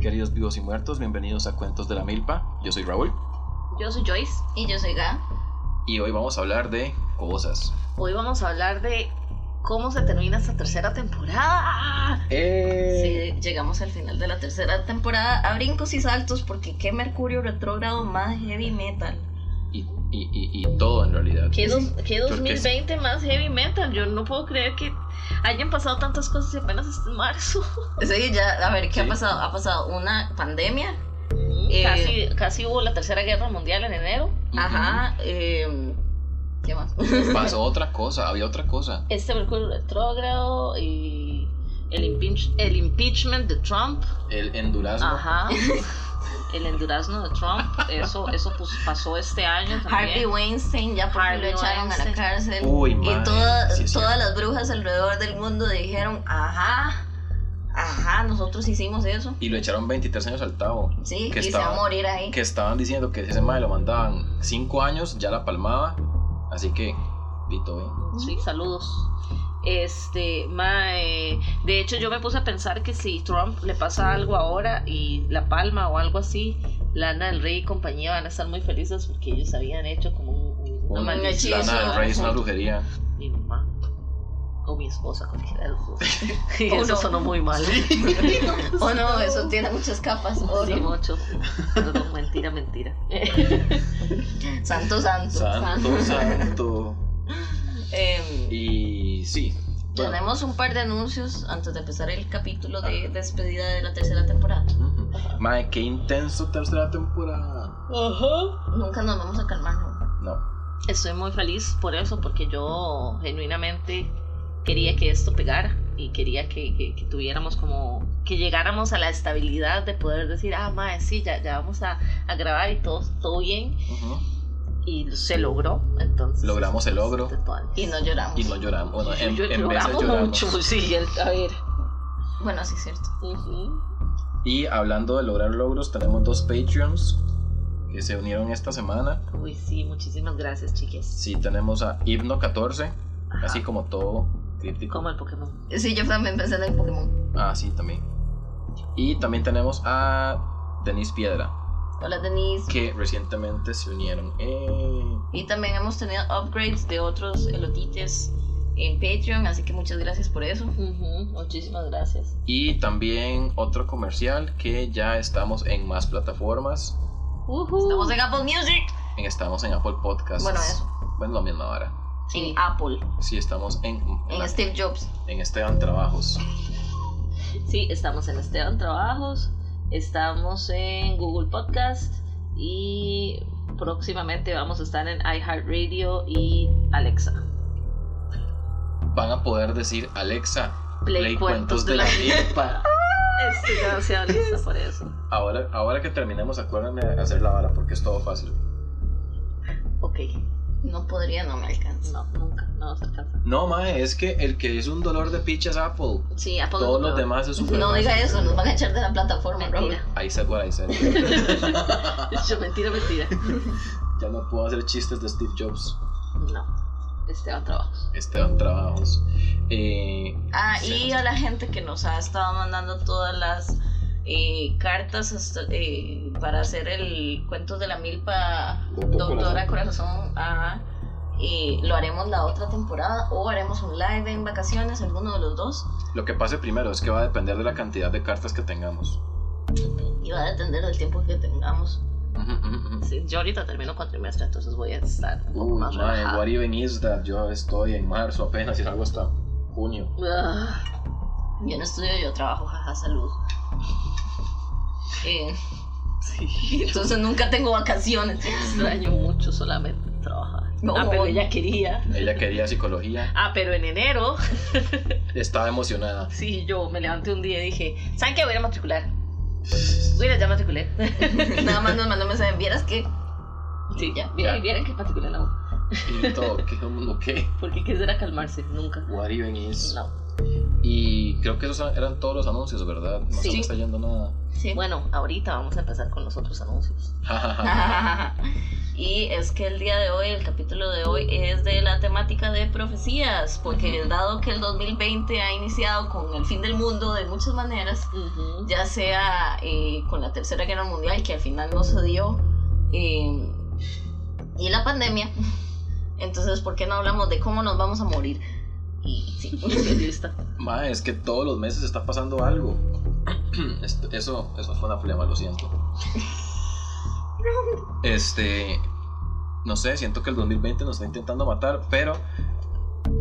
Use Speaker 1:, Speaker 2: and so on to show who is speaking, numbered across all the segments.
Speaker 1: Queridos vivos y muertos, bienvenidos a Cuentos de la Milpa. Yo soy Raúl
Speaker 2: Yo soy Joyce.
Speaker 3: Y yo soy Ga.
Speaker 1: y hoy vamos a hablar de cosas.
Speaker 2: Hoy vamos a hablar de cómo se termina esta tercera temporada.
Speaker 1: Eh,
Speaker 3: Sí, llegamos al final de la tercera temporada a brincos y saltos porque qué Mercurio retrógrado más heavy metal.
Speaker 1: y, y- y- y todo en realidad.
Speaker 2: ¿Qué, dos- qué
Speaker 1: Yo creo que
Speaker 2: 2020 más heavy metal? Yo no puedo creer que hayan pasado tantas cosas y apenas es marzo.
Speaker 3: Sí, ya, a ver, ¿qué
Speaker 1: Sí.
Speaker 3: ha pasado? Ha pasado una pandemia. Eh,
Speaker 2: casi, casi hubo la tercera guerra mundial en enero.
Speaker 1: Ujú.
Speaker 3: Ajá. eh, ¿Qué más?
Speaker 1: Pasó otra cosa, había otra cosa.
Speaker 2: Este Mercurio retrógrado y el, impeach- el impeachment de Trump.
Speaker 1: El endurazno.
Speaker 2: Ajá. El endurazno de Trump. Eso, eso pues, pasó este año
Speaker 3: Harvey
Speaker 2: también.
Speaker 3: Weinstein ya por fin lo
Speaker 2: Harvey
Speaker 3: echaron a la
Speaker 2: Weinstein.
Speaker 3: cárcel.
Speaker 1: Uy,
Speaker 3: y
Speaker 1: mae,
Speaker 3: toda-
Speaker 1: sí es
Speaker 3: todas
Speaker 1: cierto.
Speaker 3: las brujas alrededor del mundo dijeron, ajá, ajá, nosotros hicimos eso.
Speaker 1: Y lo echaron 23 años al tabo.
Speaker 3: Sí,
Speaker 1: Que
Speaker 3: y se
Speaker 1: estaba-
Speaker 3: va a morir ahí.
Speaker 1: Que estaban diciendo que si ese mae lo mandaban 5 años, ya la palmaba. Así que, dito eh. bien.
Speaker 2: Sí, saludos. Este, mae, de hecho yo me puse a pensar que si Trump le pasa algo ahora y La Palma o algo así, Lana del Rey y compañía van a estar muy felices porque ellos habían hecho como un, un- una
Speaker 1: Un-
Speaker 3: man,
Speaker 2: maldición.
Speaker 3: hechizo.
Speaker 1: Lana del Rey es una brujería.
Speaker 2: Mi mamá o mi esposa, cualquiera de los dos.
Speaker 3: O
Speaker 2: Eso
Speaker 3: no.
Speaker 2: sonó muy mal.
Speaker 3: Oh no, eso tiene muchas capas. Oh,
Speaker 2: Sí,
Speaker 3: no.
Speaker 2: mucho. Perdón, mentira, mentira.
Speaker 3: Santo, santo.
Speaker 1: Santo, santo.
Speaker 3: Em,
Speaker 1: Y sí. bueno. Ah.
Speaker 3: Tenemos un par de anuncios antes de empezar el capítulo de despedida de la tercera temporada.
Speaker 1: Ujú. Mae, qué intenso tercera temporada.
Speaker 3: Nunca nos vamos a calmar, ¿no?
Speaker 1: No.
Speaker 2: Estoy muy feliz por eso, porque yo genuinamente quería que esto pegara y quería que, que- que tuviéramos como que llegáramos a la estabilidad de poder decir, ah, mae, sí, ya, ya vamos a, a grabar y todo, todo bien.
Speaker 1: Ujú.
Speaker 2: Y se logró, entonces. este,
Speaker 1: Logramos el logro.
Speaker 2: de todas las-
Speaker 3: Y no lloramos.
Speaker 1: Y no lloramos. Bueno, en,
Speaker 2: Yo-
Speaker 1: en veces
Speaker 2: logramos
Speaker 1: lloramos.
Speaker 2: mucho, sí, el- a ver.
Speaker 3: Bueno, sí es cierto.
Speaker 2: Ujú.
Speaker 1: Y hablando de lograr logros, tenemos dos Patreons que se unieron esta semana.
Speaker 2: Uy, sí, muchísimas gracias, chiques.
Speaker 1: Sí, tenemos a Hipno14,
Speaker 2: Ajá.
Speaker 1: así como todo críptico.
Speaker 2: Como el Pokémon.
Speaker 3: Sí, yo también pensé en el Pokémon.
Speaker 1: Ah, sí, también. Y también tenemos a Denis Piedra,
Speaker 3: Hola, Denise.
Speaker 1: que recientemente se unieron. Eh,
Speaker 3: Y también hemos tenido upgrades de otros elotites en Patreon, así que muchas gracias por eso.
Speaker 2: Ujú, Muchísimas gracias.
Speaker 1: Y también otro comercial que ya estamos en más plataformas.
Speaker 2: Ujú.
Speaker 3: Estamos en Apple Music.
Speaker 1: En- Estamos en Apple Podcasts. Pues
Speaker 3: Bueno, eso.
Speaker 1: Bueno, la misma hora.
Speaker 2: Sí.
Speaker 3: En Apple.
Speaker 1: Sí, estamos en,
Speaker 3: En este-
Speaker 1: la-
Speaker 3: Steve Jobs.
Speaker 1: en Esteban Trabajos.
Speaker 2: Sí, estamos en Esteban Trabajos, estamos en Google Podcast y próximamente vamos a estar en iHeartRadio y Alexa.
Speaker 1: Van a poder decir, Alexa,
Speaker 2: Play cuentos de la
Speaker 1: milpa.
Speaker 2: Estoy demasiado lista por eso.
Speaker 1: Ahora, ahora que terminemos, acuérdenme de hacer la vara porque es todo fácil.
Speaker 2: Ok,
Speaker 3: No podría, no me alcanza.
Speaker 2: no, nunca, no nos alcanza.
Speaker 1: No, mae, es que el que es un dolor de picha es Apple.
Speaker 2: Sí, Apple
Speaker 1: Todos
Speaker 2: no-
Speaker 1: los demás es un
Speaker 3: No diga eso, nos van a echar de la plataforma, Raúl.
Speaker 2: Mentira.
Speaker 1: Ahí se what I said.
Speaker 2: Yo, mentira, mentira.
Speaker 1: ya no puedo hacer chistes de Steve Jobs.
Speaker 2: No, Esteban Trabajos.
Speaker 1: Esteban Trabajos. Eh,
Speaker 3: Ah,
Speaker 1: Sí.
Speaker 3: y a la gente que nos ha estado mandando todas las eh, cartas hasta, eh, para hacer el cuento de la milpa,
Speaker 1: Doctor
Speaker 3: doctora corazón, ajá, y lo haremos la otra temporada o haremos un live en vacaciones, alguno de los dos,
Speaker 1: lo que pase primero es que va a depender de la cantidad de cartas que tengamos.
Speaker 3: y va a depender del tiempo que tengamos.
Speaker 1: Ujú, ujú, ujú.
Speaker 2: Sí, yo ahorita termino cuatrimestre, entonces voy a estar un poco
Speaker 1: Uy,
Speaker 2: más
Speaker 1: mae,
Speaker 2: relajada.
Speaker 1: what even is that? Yo estoy en marzo apenas y salgo hasta junio.
Speaker 2: Ah,
Speaker 3: Yo no estudio, yo trabajo, jaja, salud. Eh,
Speaker 2: sí, yo
Speaker 3: entonces nunca tengo vacaciones.
Speaker 2: extraño mucho solamente trabajar.
Speaker 3: No.
Speaker 2: Ah, pero ella quería.
Speaker 1: Ella quería psicología,
Speaker 2: Ah, pero en enero,
Speaker 1: estaba emocionada.
Speaker 2: sí, yo me levanté un día y dije, ¿saben qué? Voy a ir a matricular. Mira, ya matriculé.
Speaker 3: Nada más nos mandó mensaje, vieras que
Speaker 2: Sí, ya.
Speaker 1: Ya.
Speaker 2: Vieron, vieron que matriculé la U.
Speaker 1: Y todo, ¿qué mundo qué?
Speaker 2: Porque qué será calmarse, nunca.
Speaker 1: What even is?
Speaker 2: No.
Speaker 1: Y creo que esos eran todos los anuncios, ¿verdad? No se
Speaker 2: Sí.
Speaker 1: me está yendo nada.
Speaker 3: Sí.
Speaker 2: Bueno, ahorita vamos a empezar con los otros anuncios.
Speaker 1: Ja, ja, ja.
Speaker 3: y es que el día de hoy, el capítulo de hoy es de la temática de profecías, porque
Speaker 2: Ujú.
Speaker 3: dado que el 2020 ha iniciado con el fin del mundo de muchas maneras, ya sea eh, con la Tercera Guerra Mundial, que al final no se dio, eh, y la pandemia, entonces, ¿por qué no hablamos de cómo nos vamos a morir?
Speaker 2: Y sí, un periodista.
Speaker 1: Ma, es que todos los meses está pasando algo. Esto- eso, eso fue una flema, lo siento. Este, no sé, siento que el 2020 nos está intentando matar, pero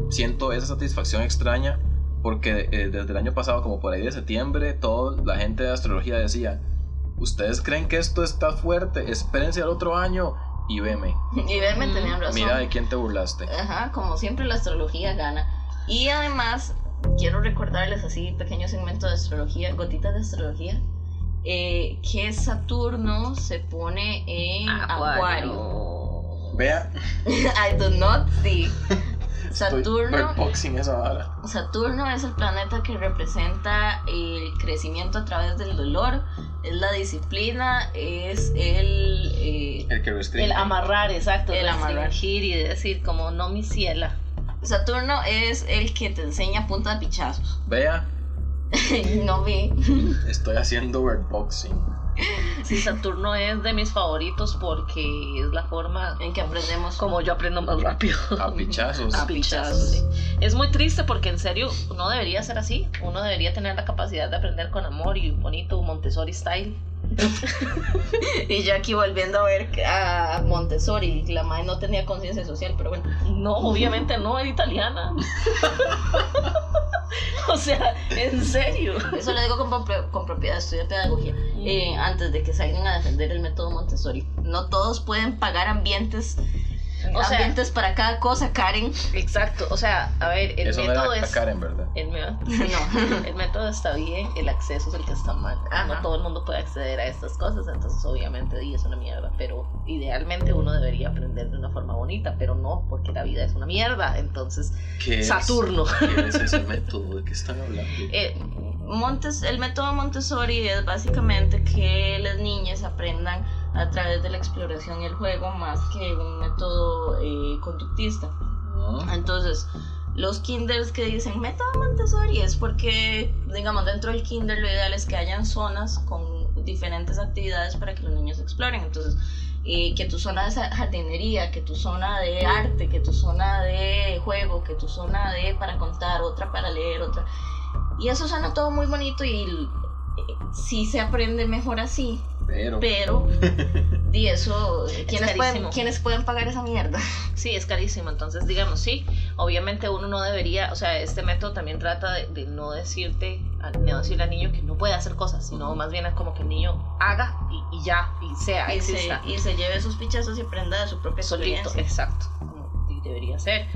Speaker 1: siento esa satisfacción extraña porque eh, desde el año pasado, como por ahí de septiembre, toda la gente de astrología decía, ustedes creen que esto está fuerte, espérense al otro año y veme.
Speaker 3: Y ven, me
Speaker 2: Mm,
Speaker 3: tenían razón.
Speaker 1: Mira de quién te burlaste.
Speaker 3: Ajá, como siempre la astrología gana. Y además, quiero recordarles así, pequeño segmento de astrología, gotitas de astrología, eh, que Saturno se pone en Acuario.
Speaker 1: Vea,
Speaker 3: I do not see.
Speaker 1: estoy
Speaker 3: Saturno,
Speaker 1: boxing esa vara.
Speaker 3: Saturno es el planeta que representa el crecimiento a través del dolor, es la disciplina, es el... eh,
Speaker 1: El que restringe.
Speaker 2: El amarrar, exacto.
Speaker 3: El amarrar.
Speaker 2: restringir Y decir, como no mi ciela.
Speaker 3: Saturno es el que te enseña a punta de pichazos.
Speaker 1: Vea,
Speaker 3: no vi.
Speaker 1: Estoy haciendo birdboxing.
Speaker 2: Sí, Saturno es de mis favoritos porque es la forma
Speaker 3: en que aprendemos
Speaker 2: como yo aprendo más rápido.
Speaker 1: A pichazos.
Speaker 2: A pichazos, Ah, sí. Es muy triste porque en serio no debería ser así. Uno debería tener la capacidad de aprender con amor y bonito Montessori style.
Speaker 3: Y yo aquí volviendo a ver a Montessori, la madre no tenía conciencia social, pero bueno.
Speaker 2: No, obviamente no, era italiana. o sea, en serio.
Speaker 3: Eso lo digo con, pro- con propiedad, estudié pedagogía. Eh, antes de que salgan a defender el método Montessori. No todos pueden pagar ambientes,
Speaker 2: O sea-
Speaker 3: ambientes para cada cosa, Karen.
Speaker 2: Exacto, o sea, a ver, el
Speaker 1: Eso no
Speaker 2: método
Speaker 1: era
Speaker 2: es...
Speaker 1: atacar en verdad.
Speaker 2: El, me-
Speaker 3: No.
Speaker 2: el método está bien, el acceso es el que está mal.
Speaker 3: Ajá.
Speaker 2: No todo el mundo puede acceder a estas cosas, entonces obviamente di, es una mierda, pero idealmente uno debería aprender de una forma bonita, pero no, porque la vida es una mierda, entonces
Speaker 1: ¿Qué es-
Speaker 2: Saturno.
Speaker 1: ¿Qué es ese método? ¿De qué están hablando?
Speaker 3: Eh, Montes, el método Montessori es básicamente que las niñas aprendan a través de la exploración y el juego más que un método eh, conductista.
Speaker 1: No.
Speaker 3: Entonces, los kinders que dicen método Montessori es porque, digamos, dentro del kinder lo ideal es que hayan zonas con diferentes actividades para que los niños exploren. Entonces, eh, que tu zona de sa- jardinería, que tu zona de arte, que tu zona de juego, que tu zona de para contar, otra para leer, otra. Y eso suena todo muy bonito y eh, sí se aprende mejor así,
Speaker 1: Pero.
Speaker 3: pero... Y eso, eh, ¿quiénes pueden,
Speaker 2: carísimo.
Speaker 3: ¿quiénes pueden pagar esa mierda?
Speaker 2: Sí, es carísimo. Entonces, digamos, sí, obviamente uno no debería, o sea, este método también trata de, de no decirte, a- no decirle al niño que no puede hacer cosas, sino
Speaker 1: Ujú.
Speaker 2: más bien es como que el niño haga y, y ya, y sea,
Speaker 3: y, se,
Speaker 2: exista.
Speaker 3: y se lleve sus pichazos y aprenda de su propia
Speaker 2: solito,
Speaker 3: experiencia.
Speaker 2: exacto, como de- debería ser.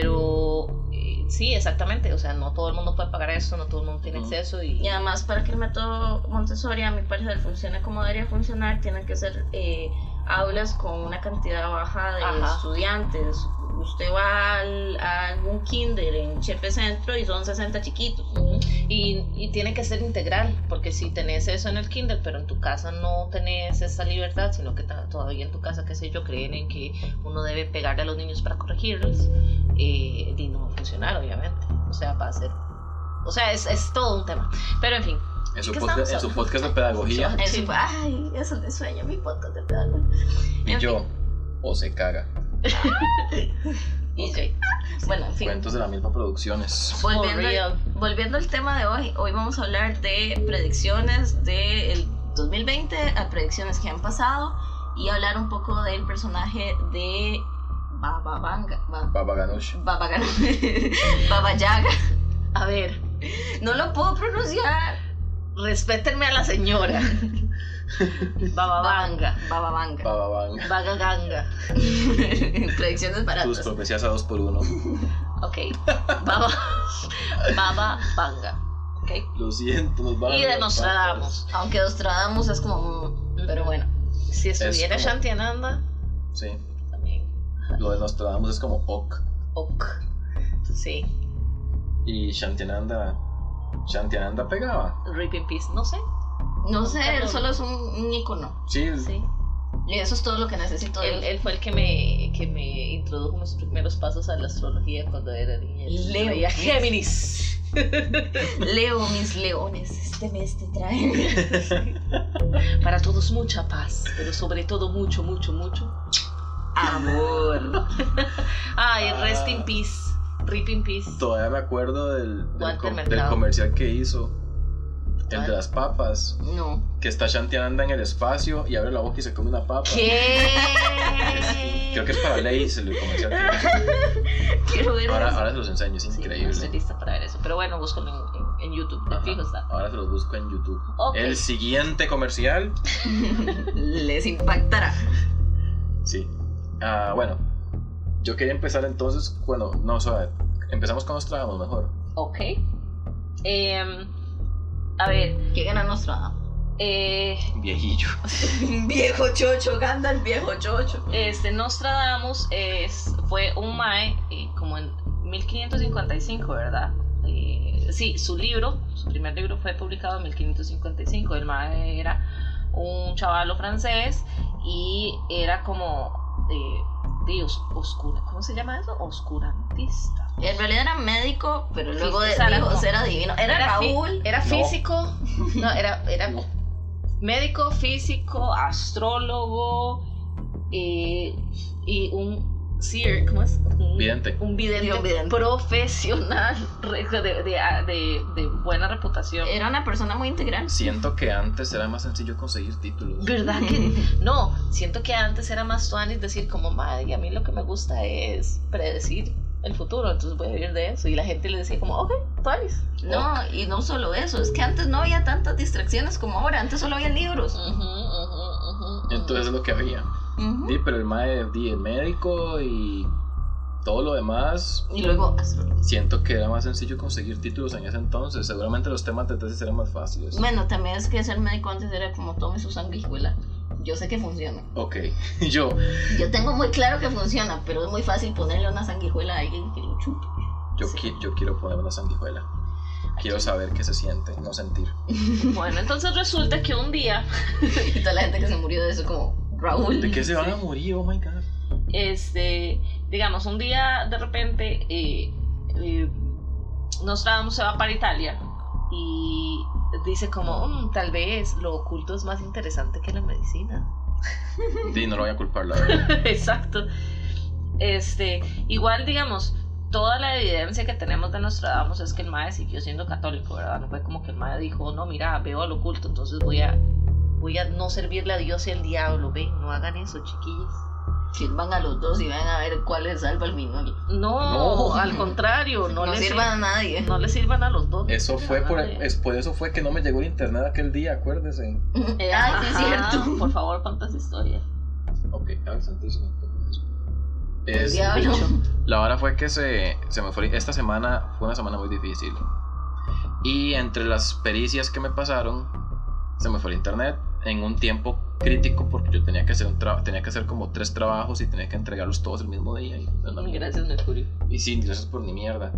Speaker 2: Pero eh, sí, exactamente, o sea, no todo el mundo puede pagar eso, no todo el mundo tiene
Speaker 1: Ujú.
Speaker 2: acceso y...
Speaker 3: Y además para que el método Montessori a mi parecer funcione como debería funcionar, tienen que ser eh, aulas con una cantidad baja de
Speaker 2: Ajá.
Speaker 3: estudiantes. Usted va al- a algún kinder en Chepe Centro y son 60 chiquitos.
Speaker 2: Ujú. Y, y tiene que ser integral, porque si tenés eso en el kinder, pero en tu casa no tenés esa libertad, sino que ta- todavía en tu casa, qué sé yo, creen en que uno debe pegarle a los niños para corregirlos, eh, y no va a funcionar, obviamente. O sea, va a ser... O sea, es, es todo un tema. Pero en fin,
Speaker 1: En su,
Speaker 2: ¿Qué
Speaker 1: podcast,
Speaker 2: estamos
Speaker 1: en su
Speaker 2: hablando?
Speaker 1: podcast de pedagogía.
Speaker 3: Eso
Speaker 2: Sí.
Speaker 3: fue- ay, eso te sueño, mi podcast de pedagogía.
Speaker 1: Y
Speaker 2: eh,
Speaker 3: en
Speaker 1: yo. O se caga.
Speaker 3: Y
Speaker 2: Ok.
Speaker 3: yo- Bueno, en fin.
Speaker 1: Cuentos de la misma producciones.
Speaker 2: For
Speaker 3: Volviendo,
Speaker 2: real.
Speaker 3: volviendo al tema de hoy, hoy vamos a hablar de predicciones del 2020 a predicciones que han pasado y hablar un poco del personaje de Baba Vanga. Ba-
Speaker 1: Baba Ganoush.
Speaker 3: Baba Gan- Baba Yaga.
Speaker 2: a ver,
Speaker 3: No lo puedo pronunciar.
Speaker 2: respétenme a la señora. Bababanga.
Speaker 3: Baba Vanga.
Speaker 1: Baba Bang.
Speaker 2: Bagaganga.
Speaker 3: predicciones
Speaker 1: Tus
Speaker 3: baratas.
Speaker 1: profecías a dos por uno.
Speaker 2: Ok. Baba. Bababanga. Ok.
Speaker 1: Lo siento, nos van a
Speaker 2: Y
Speaker 1: dar
Speaker 2: de Nostradamus.
Speaker 3: Aunque Nostradamus es como... mm, Pero bueno.
Speaker 2: Si estuviera
Speaker 1: como-
Speaker 2: Shanti Ananda,
Speaker 1: patas. Sí.
Speaker 2: también.
Speaker 1: Lo de Nostradamus es como ok.
Speaker 2: Ok. Sí.
Speaker 1: Y Shantiananda. Shantiananda pegaba.
Speaker 2: Rip in Peace, no sé.
Speaker 3: No sé, él
Speaker 2: Perdón.
Speaker 3: solo es un, un icono.
Speaker 1: Sí,
Speaker 3: Sí. Y eso es todo lo que necesito de
Speaker 2: Él,
Speaker 3: él.
Speaker 2: él fue el que me, que me introdujo mis primeros pasos a la astrología cuando era niña.
Speaker 3: Leo.
Speaker 2: Veía Géminis.
Speaker 3: Leo, mis leones, este mes te traen.
Speaker 2: Para todos mucha paz, pero sobre todo mucho, mucho, mucho
Speaker 3: Amor.
Speaker 2: Ay, rest
Speaker 1: Ah.
Speaker 2: in peace. Rip in peace.
Speaker 1: todavía me acuerdo del, del,
Speaker 2: Walter
Speaker 1: com- del
Speaker 2: Mercado.
Speaker 1: comercial que hizo. El
Speaker 2: ¿Cuál?
Speaker 1: de las papas.
Speaker 3: No.
Speaker 1: Que está Shantiananda en el espacio y abre la boca y se come una papa.
Speaker 2: ¿Qué?
Speaker 1: Creo que es para Lays el comercial que hizo.
Speaker 3: Quiero ver
Speaker 1: Ahora,
Speaker 3: eso.
Speaker 1: ahora se los enseño, es
Speaker 2: Sí,
Speaker 1: increíble.
Speaker 2: no estoy lista para ver eso. Pero bueno, búscalo en, en- en YouTube. De
Speaker 1: Ajá.
Speaker 2: fijo está.
Speaker 1: Ahora se los busco en YouTube.
Speaker 2: Ok.
Speaker 1: El siguiente comercial.
Speaker 3: Les impactará.
Speaker 1: Sí. Ah, bueno, yo quería empezar entonces. Bueno, no, o sea, empezamos con Nostradamus mejor.
Speaker 2: Ok. Em, a ver.
Speaker 3: ¿Qué gana Nostradamus?
Speaker 2: eh,
Speaker 1: Viejillo.
Speaker 3: viejo chocho, Gandalf, viejo chocho.
Speaker 2: este Nostradamus es, fue un Mae eh, como en 1555, ¿verdad? Eh, sí, su libro, su primer libro fue publicado en 1555. El Mae era un chavalo francés y era como. Eh, de os- oscura, ¿cómo se llama eso? Oscurantista.
Speaker 3: En realidad era médico, pero
Speaker 2: Sí,
Speaker 3: luego de,
Speaker 2: o sea, era
Speaker 3: dijo
Speaker 2: como-
Speaker 3: ser adivino. Era,
Speaker 2: fi-
Speaker 3: Raúl.
Speaker 2: Era
Speaker 1: No.
Speaker 2: físico. No, era, era
Speaker 1: No.
Speaker 2: médico, físico, astrólogo eh, y un seer, ¿cómo es? Un,
Speaker 1: Vidente.
Speaker 2: Un vidente,
Speaker 3: Y un vidente.
Speaker 2: profesional re- de, de- ah, de- de buena reputación.
Speaker 3: Era una persona muy integral.
Speaker 1: Siento que antes era más sencillo conseguir títulos.
Speaker 2: ¿Verdad que no? Siento que antes era más tuanis decir como, madre, a mí lo que me gusta es predecir el futuro, entonces voy a vivir de eso. Y la gente le decía como, ok, tuanis.
Speaker 3: No, y no solo eso, es que antes no había tantas distracciones como ahora, antes solo había libros.
Speaker 2: Ujú, ujú, ujú,
Speaker 1: Entonces es lo que había.
Speaker 2: Mm.
Speaker 3: Ujú.
Speaker 1: Sí, pero el mae di, el médico y todo lo demás,
Speaker 3: Y luego astro-
Speaker 1: siento que era más sencillo conseguir títulos en ese entonces. Seguramente los temas de tesis eran más fáciles.
Speaker 3: Bueno, también es que ser médico antes era como tome su sanguijuela. Yo sé que funciona.
Speaker 1: Ok, yo,
Speaker 3: Yo tengo muy claro que funciona, pero es muy fácil ponerle una sanguijuela a alguien que lo chupe.
Speaker 1: yo,
Speaker 3: Sí.
Speaker 1: qui- yo quiero poner una sanguijuela. Quiero saber qué se siente, no sentir.
Speaker 2: Bueno, entonces resulta que un día,
Speaker 3: Y toda la gente que se murió de eso como Raúl.
Speaker 1: ¿De qué se van a morir? Oh my god.
Speaker 2: este, digamos, un día de repente eh, eh, Nostradamus se va para Italia y dice como, "Mm, tal vez lo oculto es más interesante que la medicina.
Speaker 1: Di, no lo voy a culpar, la verdad.
Speaker 2: Exacto. Este, igual, digamos, toda la evidencia que tenemos de Nostradamus es que el MAE siguió siendo católico, ¿verdad? No fue como que el MAE dijo, no, mira, veo al oculto, entonces voy a, voy a no servirle a Dios y al diablo, ve, no hagan eso, chiquillos.
Speaker 3: Sí, van a los dos y van a ver cuál les salva el minol.
Speaker 2: No,
Speaker 1: No.
Speaker 2: al contrario, no,
Speaker 3: No,
Speaker 2: le
Speaker 3: sirvan a nadie.
Speaker 2: sir- no le sirvan a los dos.
Speaker 1: Eso fue por,
Speaker 2: Ay.
Speaker 1: es, por eso fue que no me llegó el internet aquel día, acuérdese.
Speaker 2: Eh,
Speaker 3: Ay, sí, es
Speaker 2: ajá,
Speaker 3: cierto.
Speaker 2: Por favor, cuántas historias.
Speaker 1: Ok, ahora santísimo.
Speaker 3: El
Speaker 1: Es-
Speaker 3: diablo.
Speaker 1: La hora fue que se, se me fue. Esta semana fue una semana muy difícil. Y entre las pericias que me pasaron, se me fue el internet en un tiempo crítico porque yo tenía que hacer, un tra- tenía que hacer como tres trabajos y tenía que entregarlos todos el mismo día. Y,
Speaker 2: Gracias, Mercurio.
Speaker 1: y sí, gracias por ni mierda.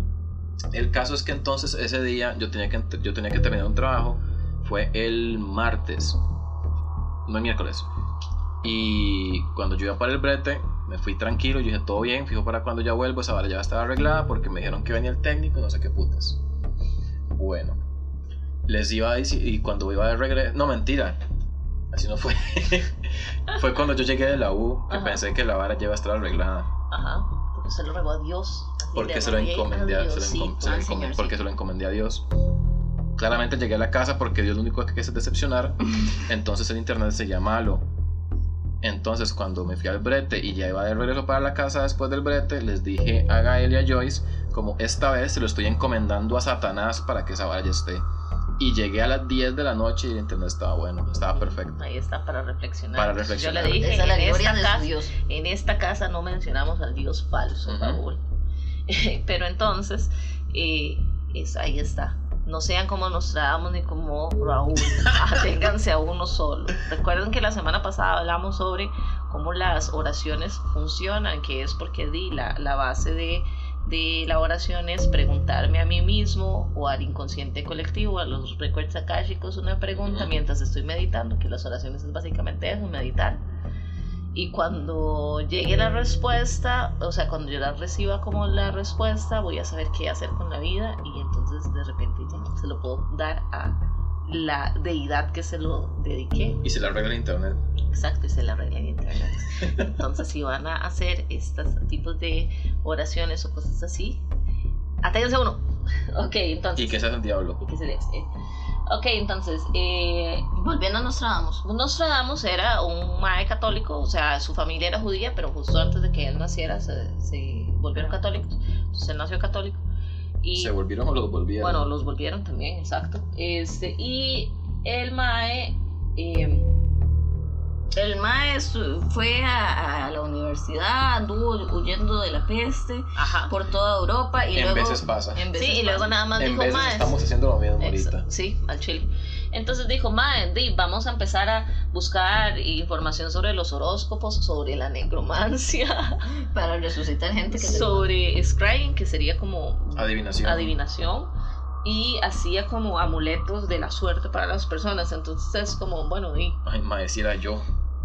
Speaker 1: El caso es que entonces ese día yo tenía que, ent- yo tenía que terminar un trabajo. Fue el martes. No el miércoles. Y cuando yo iba para el brete, me fui tranquilo. Yo dije, todo bien, fijo para cuando ya vuelvo. Esa vara ya estaba arreglada porque me dijeron que venía el técnico y no sé qué putas. Bueno, les iba a decir, y cuando iba de regreso, no mentira, así no fue. fue cuando yo llegué de la U que
Speaker 2: Ajá.
Speaker 1: pensé que la vara ya iba a estar arreglada.
Speaker 2: Ajá. Porque se lo regó a Dios. así
Speaker 1: Porque
Speaker 2: le
Speaker 1: se lo
Speaker 2: rogué a pues,
Speaker 1: encomendé a, se lo
Speaker 2: Diosito,
Speaker 1: encom- se lo
Speaker 2: al
Speaker 1: encom-
Speaker 2: Señorcito.
Speaker 1: porque se lo encomendé a Dios. Claramente llegué a la casa porque Dios lo único que es decepcionar. Entonces el internet seguía malo. Entonces cuando me fui al brete y ya iba de regreso para la casa después del brete, les dije a Gael y a Joyce como esta vez se lo estoy encomendando a Satanás para que esa vara ya esté. Y llegué a las 10 de la noche y el internet estaba bueno, estaba perfecto.
Speaker 2: Ahí está para reflexionar.
Speaker 1: Para reflexionar.
Speaker 2: Yo le dije,
Speaker 3: Esa es la
Speaker 2: en, esta
Speaker 3: gloria de su
Speaker 2: casa,
Speaker 3: Dios.
Speaker 2: en esta casa no mencionamos al Dios falso,
Speaker 1: Ujú.
Speaker 2: Raúl. Pero entonces, eh, es- ahí está. No sean como Nostradamus ni como Raúl. Aténganse a uno solo. Recuerden que la semana pasada hablamos sobre cómo las oraciones funcionan, que es porque di la, la base de de la oración es preguntarme a mí mismo o al inconsciente colectivo, a los recuerdos akáshicos, una pregunta
Speaker 1: Ujú.
Speaker 2: mientras estoy meditando, que las oraciones es básicamente eso, meditar. Y cuando llegue la respuesta, o sea, cuando yo la reciba como la respuesta, voy a saber qué hacer con la vida y entonces de repente ya se lo puedo dar a la deidad que se lo dediqué
Speaker 1: Y se la regla internet.
Speaker 2: Exacto, y se la regla en internet. Entonces, si van a hacer estos tipos de oraciones o cosas así, aténganse a uno. Ok, entonces.
Speaker 1: Y que seas el diablo.
Speaker 2: y que se le- eh. Ok, entonces, eh,
Speaker 3: Volviendo a Nostradamus.
Speaker 2: Nostradamus era un mae católico, o sea, su familia era judía, pero justo antes de que él naciera se, se volvieron católicos. Entonces, él nació católico. Y
Speaker 1: ¿Se volvieron o los volvieron?
Speaker 2: bueno, los volvieron también, exacto. Este, y el mae. em,
Speaker 3: El maestro fue a, a la universidad, anduvo huyendo de la peste
Speaker 2: ajá.
Speaker 3: por toda Europa y
Speaker 1: en
Speaker 3: luego.
Speaker 1: veces pasa.
Speaker 3: en veces
Speaker 2: Sí, y luego
Speaker 3: pasa.
Speaker 2: nada más
Speaker 1: En
Speaker 2: dijo
Speaker 1: veces
Speaker 2: mae.
Speaker 1: estamos haciendo lo mismo
Speaker 2: Ex-
Speaker 1: ahorita.
Speaker 2: Sí, al chile. Entonces dijo, Mae, di, vamos a empezar a buscar información sobre los horóscopos, sobre la necromancia,
Speaker 3: Para resucitar gente que se-
Speaker 2: sobre scrying, que sería como
Speaker 1: Adivinación.
Speaker 2: adivinación, y hacía como amuletos de la suerte para las personas. Entonces es como, bueno, di,
Speaker 1: Ay, ma, decía yo.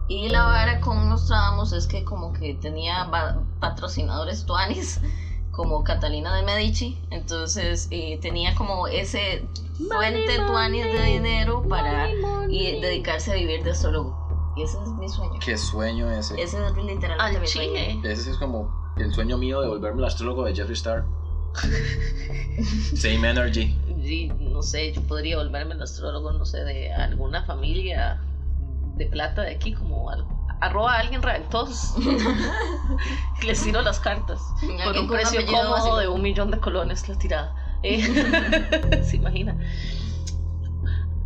Speaker 3: Y la vara con Nostradamus es que como que tenía ba- patrocinadores tuanis, como Catalina de Medici, entonces eh, tenía como ese fuente tuanis de dinero para y dedicarse a vivir de astrólogo. Y ese es mi sueño.
Speaker 1: Qué sueño ese.
Speaker 3: Ese es literalmente
Speaker 2: al
Speaker 3: mi sueño.
Speaker 2: chile.
Speaker 1: Ese es como el sueño mío de volverme el astrólogo de Jeffree Star. Same energy.
Speaker 2: Di, no sé, yo podría volverme el astrólogo, no sé, de alguna familia de plata de aquí, como al- arroba a alguien entonces Les tiro las cartas. Con
Speaker 3: Alguien
Speaker 2: un
Speaker 3: con
Speaker 2: precio
Speaker 3: apellido
Speaker 2: cómodo
Speaker 3: vacilón.
Speaker 2: de un millón de colones la tirada. Eh, se imagina.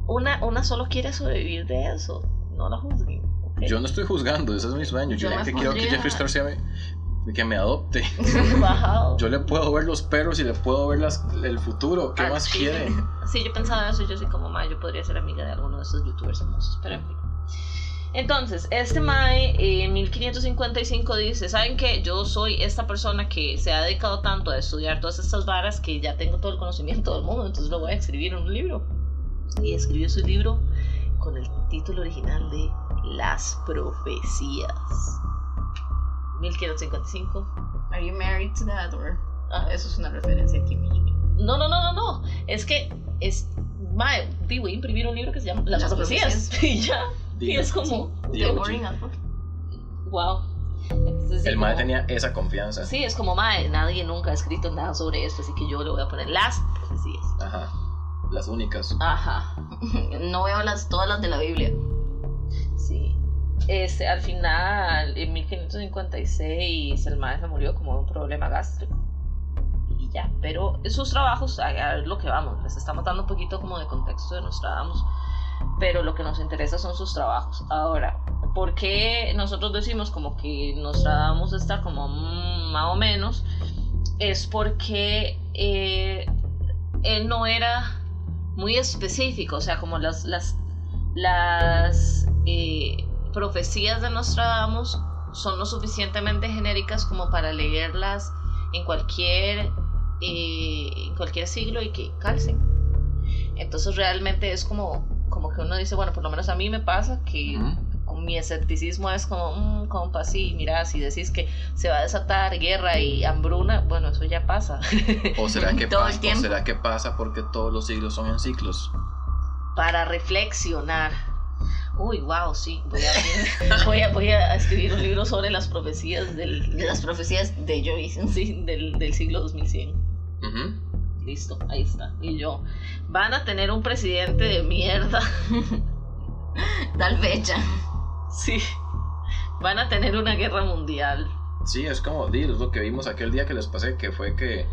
Speaker 2: Una, una solo quiere sobrevivir de eso. No la juzguen. ¿ok?
Speaker 1: Yo no estoy juzgando, ese es mi sueño. Yo,
Speaker 3: Yo me
Speaker 1: realmente quiero que
Speaker 3: pondría-
Speaker 1: Jeffree Star sea mi- que me adopte.
Speaker 2: Bajado.
Speaker 1: Yo le puedo ver los perros y le puedo ver las, el futuro. ¿Qué
Speaker 2: Al
Speaker 1: más
Speaker 2: chile.
Speaker 1: quiere?
Speaker 2: Ah, Sí, yo pensaba eso, yo soy como mae, yo podría ser amiga de alguno de esos youtubers famosos, pero en fin. Entonces, este mae en 1555 dice, ¿saben qué? Yo soy esta persona que se ha dedicado tanto a estudiar todas estas varas que ya tengo todo el conocimiento del mundo, entonces lo voy a escribir en un libro. Y escribió su libro con el título original de Las profecías. 1555.
Speaker 3: Are you married to that or? Ah, eso es una referencia aquí. mi-
Speaker 2: No, no, no, no, no. Es que es. Mae, di, voy a imprimir un libro que se llama Las,
Speaker 3: Las
Speaker 2: profecías. Y ya. Y
Speaker 1: Diga,
Speaker 2: es como.
Speaker 1: diga,
Speaker 3: Qué
Speaker 1: Uchi.
Speaker 3: boring as fuck.
Speaker 2: Wow. Entonces, sí,
Speaker 1: El mae
Speaker 2: como-
Speaker 1: tenía esa confianza.
Speaker 2: Sí, es como mae. Nadie nunca ha escrito nada sobre esto, así que yo le voy a poner las pues, profecías.
Speaker 1: Ajá. Las únicas.
Speaker 2: Ajá.
Speaker 3: No veo las, todas las de la Biblia.
Speaker 2: Sí. Este, al final, en 1556, el mae se murió como de un problema gástrico. Y ya. Pero sus trabajos, a, a lo que vamos, les estamos dando un poquito como de contexto de Nostradamus. Pero lo que nos interesa son sus trabajos. Ahora, ¿por qué nosotros decimos como que Nostradamus está como mm, más o menos? Es porque eh, él no era muy específico, o sea, como las, las, las eh, profecías de Nostradamus son lo suficientemente genéricas como para leerlas en cualquier, eh, en cualquier siglo y que calcen. Entonces realmente es como, como que uno dice, bueno, por lo menos a mí me pasa que
Speaker 1: Ujú.
Speaker 2: con mi escepticismo es como, mmm, compa, sí, mira, si decís que se va a desatar guerra y hambruna, bueno, eso ya pasa.
Speaker 1: ¿O será, que
Speaker 3: Todo el
Speaker 1: pasa, ¿O
Speaker 3: tiempo.
Speaker 1: será que pasa porque todos los siglos son en ciclos?
Speaker 2: Para reflexionar. Uy, wow, sí, voy a, voy a, voy a escribir un libro sobre las profecías del,
Speaker 3: De las profecías de Joyce.
Speaker 2: sí, del, del siglo 2100.
Speaker 1: Ujú.
Speaker 2: Listo, ahí está. Y yo, van a tener un presidente de mierda.
Speaker 3: Tal fecha.
Speaker 2: Sí. Van a tener una guerra mundial.
Speaker 1: Sí, es como di, es lo que vimos aquel día que les pasé, que fue que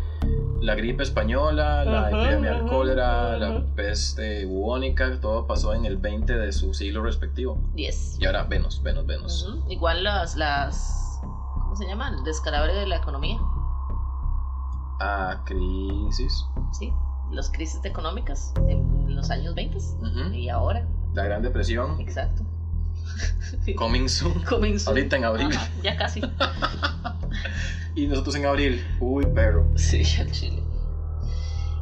Speaker 1: la gripe española, la
Speaker 2: Ujú,
Speaker 1: epidemia del
Speaker 2: ujú,
Speaker 1: cólera, la
Speaker 2: ujú.
Speaker 1: peste bubónica, todo pasó en el 20 de su siglo respectivo.
Speaker 2: 10.
Speaker 1: Y ahora Venus, Venus, Venus.
Speaker 2: Ujú. Igual las, las. ¿Cómo se llaman? Descalabre de la economía.
Speaker 1: Ah, crisis.
Speaker 2: Sí. Las crisis económicas en los años 20
Speaker 1: Ujú.
Speaker 2: y ahora.
Speaker 1: La Gran Depresión.
Speaker 2: Exacto.
Speaker 1: Coming soon.
Speaker 2: Comenzó.
Speaker 1: Ahorita en abril.
Speaker 2: Ajá, ya casi.
Speaker 1: Y nosotros en abril. Uy, perro.
Speaker 2: Sí, al chile.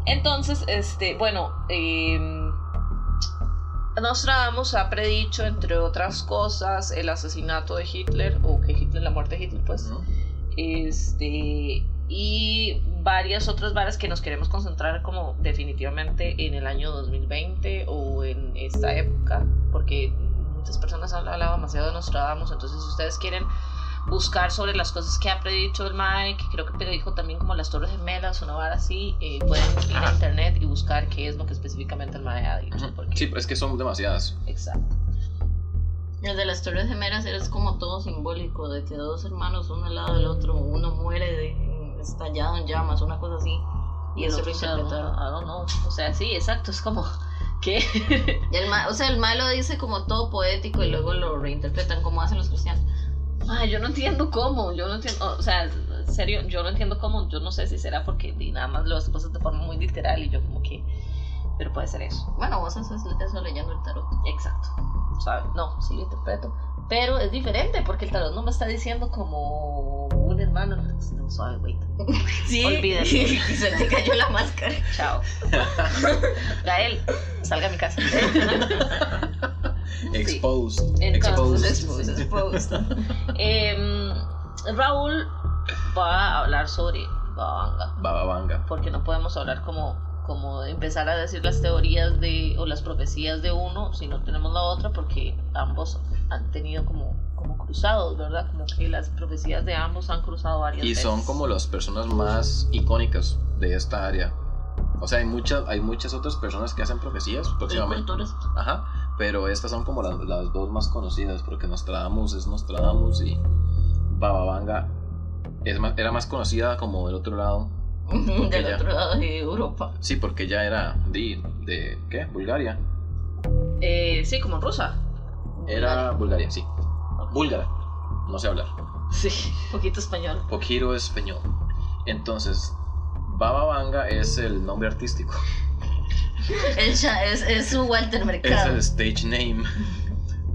Speaker 2: Entonces, este, bueno, eh, Nostradamus ha predicho, entre otras cosas, el asesinato de Hitler, o que Hitler, la muerte de Hitler, pues,
Speaker 1: ¿no?
Speaker 2: este, y varias otras varas que nos queremos concentrar como definitivamente en el año 2020 o en esta época, porque muchas personas han hablado demasiado de Nostradamus, entonces si ustedes quieren buscar sobre las cosas que ha predicho el MAE, que creo que predijo también como las Torres Gemelas, una vara así, eh, pueden ir a
Speaker 1: Ajá.
Speaker 2: internet y buscar qué es lo que específicamente el MAE ha dicho, porque...
Speaker 1: Sí, pero es que son demasiadas.
Speaker 2: Exacto.
Speaker 3: Los de las Torres Gemelas es como todo simbólico, de que dos hermanos, uno al lado del otro, uno muere de, estallado en llamas, una cosa así. Y eso lo
Speaker 2: o sea, no,
Speaker 3: interpretaron.
Speaker 2: I don't know. O sea, sí, exacto, es como... ¿Qué?
Speaker 3: Y el ma- o sea, el malo dice como todo poético y luego lo reinterpretan como hacen los cristianos.
Speaker 2: Ay, yo no entiendo cómo, yo no entiendo, o sea, en serio, yo no entiendo cómo, yo no sé si será porque di, nada más las cosas de forma muy literal y yo como que, pero puede ser eso,
Speaker 3: Bueno, vos haces eso leyendo el tarot.
Speaker 2: exacto, ¿sabes? No, sí lo interpreto, pero es diferente porque el tarot no me está diciendo como un hermano, no, suave, wait,
Speaker 3: Sí,
Speaker 2: Olvídalo.
Speaker 3: y se te cayó la máscara.
Speaker 2: chao, Gael, salga a mi casa. Sí.
Speaker 1: Exposed.
Speaker 2: Entonces,
Speaker 1: Exposed.
Speaker 3: Después,
Speaker 2: sí.
Speaker 3: después.
Speaker 2: Em, Raúl va a hablar sobre Babanga.
Speaker 1: Baba Vanga.
Speaker 2: porque no podemos hablar como, como empezar a decir las teorías de, o las profecías de uno si no tenemos la otra, porque ambos han tenido como, como cruzados, ¿verdad? Como que las profecías de ambos han cruzado varias
Speaker 1: Y
Speaker 2: veces.
Speaker 1: son como las personas más icónicas de esta área. O sea, hay muchas, hay muchas otras personas que hacen profecías próximamente.
Speaker 3: culturas.
Speaker 1: Ajá. Pero estas son como las, las dos más conocidas, porque Nostradamus es Nostradamus y Baba Vanga es más- era más conocida como del otro lado.
Speaker 3: Del
Speaker 1: ya.
Speaker 3: otro lado de Europa.
Speaker 1: Sí, porque ya era de, de ¿qué? Bulgaria.
Speaker 2: Eh, sí, como rusa.
Speaker 1: Era Bulgaria, sí. Búlgara. No sé hablar.
Speaker 2: Sí, poquito español.
Speaker 1: Pokiro es peñón. Entonces, Baba Vanga es el nombre artístico.
Speaker 3: Ella es, es su Walter
Speaker 1: Es
Speaker 3: Mercado.
Speaker 1: el stage name.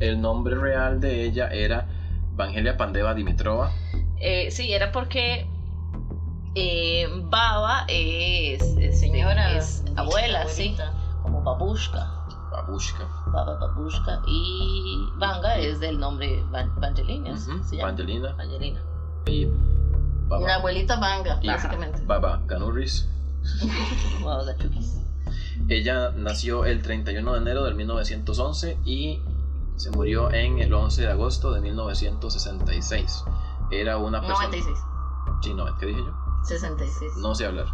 Speaker 1: El nombre real de ella era Vangelia Pandeva Dimitrova.
Speaker 2: Eh, sí, era porque eh, Baba es, es-
Speaker 3: Señora,
Speaker 2: es
Speaker 3: dicha
Speaker 2: abuela, sí,
Speaker 3: abuelita.
Speaker 2: como babushka.
Speaker 1: Babushka.
Speaker 2: Baba Babushka y Vanga es del nombre Van Vangelina.
Speaker 1: Ujú,
Speaker 2: se llama
Speaker 1: Vangelina.
Speaker 2: Vangelina.
Speaker 1: Y
Speaker 3: La
Speaker 1: Baba,
Speaker 3: abuelita manga,
Speaker 1: y
Speaker 3: básicamente.
Speaker 1: Baba Ganouris.
Speaker 2: Wow, la chukis.
Speaker 1: Ella nació el 31 de enero del 1911 y se murió en el 11 de agosto de 1966. Era una persona...
Speaker 3: 96.
Speaker 1: Sí, no, ¿qué dije yo?
Speaker 3: 66.
Speaker 1: No sé hablar.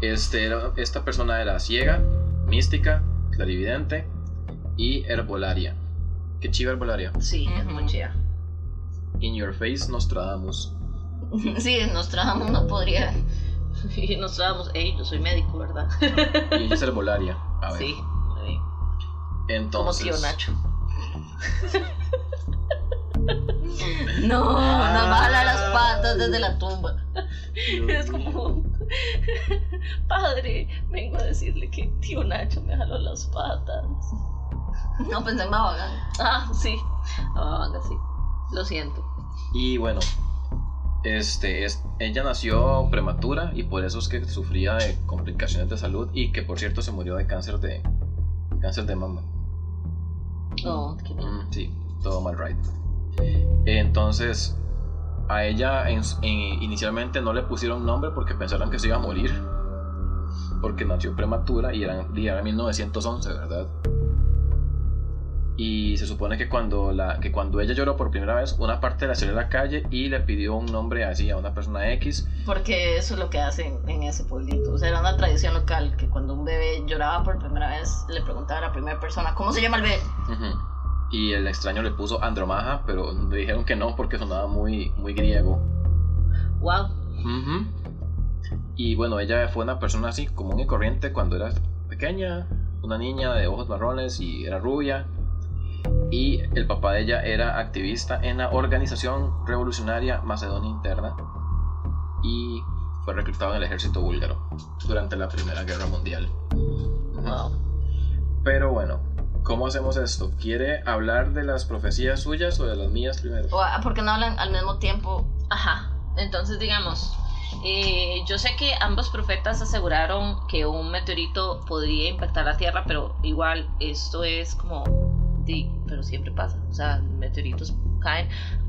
Speaker 1: Este, era- esta persona era ciega, mística, clarividente y herbolaria. Qué chiva herbolaria.
Speaker 2: Sí, es
Speaker 3: Ujú.
Speaker 2: muy chida.
Speaker 1: In your face Nostradamus.
Speaker 3: Sí, Nostradamus no podría.
Speaker 2: Y nos dábamos, hey, yo soy médico, ¿verdad?
Speaker 1: Y ella es herbolaria. A ver.
Speaker 2: Sí. sí. Como
Speaker 1: Entonces,
Speaker 2: tío Nacho.
Speaker 3: No,
Speaker 1: Ah.
Speaker 3: nos bala las patas desde la tumba.
Speaker 2: Es como, padre, vengo a decirle que tío Nacho me jaló las patas.
Speaker 3: No pensé en Babagán.
Speaker 2: Ah, sí. Ah, Vanga, sí. Lo siento.
Speaker 1: Y bueno, este, es, ella nació prematura y por eso es que sufría de complicaciones de salud y que por cierto se murió de cáncer de cáncer de mama.
Speaker 2: No, qué miedo.
Speaker 1: Mm, sí, todo mal right. Entonces, a ella en- en- inicialmente no le pusieron nombre porque pensaron que se iba a morir. Porque nació prematura y era, y era 1911, ¿verdad? Y se supone que cuando, la, que cuando ella lloró por primera vez, una parte la salió a la calle y le pidió un nombre así a una persona X.
Speaker 3: Porque eso es lo que hacen en ese pueblito. O sea, era una tradición local que cuando un bebé lloraba por primera vez, le preguntaba a la primera persona, ¿cómo se llama el bebé?
Speaker 1: Ujú. Y el extraño le puso Andromaja, pero le dijeron que no porque sonaba muy, muy griego.
Speaker 2: Wow.
Speaker 1: Ujú. Y bueno, ella fue una persona así común y corriente cuando era pequeña, una niña de ojos marrones y era rubia. Y el papá de ella era activista en la organización revolucionaria Macedonia Interna y fue reclutado en el ejército búlgaro durante la Primera Guerra Mundial.
Speaker 2: Wow.
Speaker 1: Pero bueno, ¿cómo hacemos esto? ¿Quiere hablar de las profecías suyas o de las mías primero?
Speaker 3: O, ah, ¿Por qué no hablan al mismo tiempo
Speaker 2: Ajá. Entonces, digamos, eh, yo sé que ambos profetas aseguraron que un meteorito podría impactar la Tierra, pero igual esto es como, di, pero siempre pasa, o sea, meteoritos caen.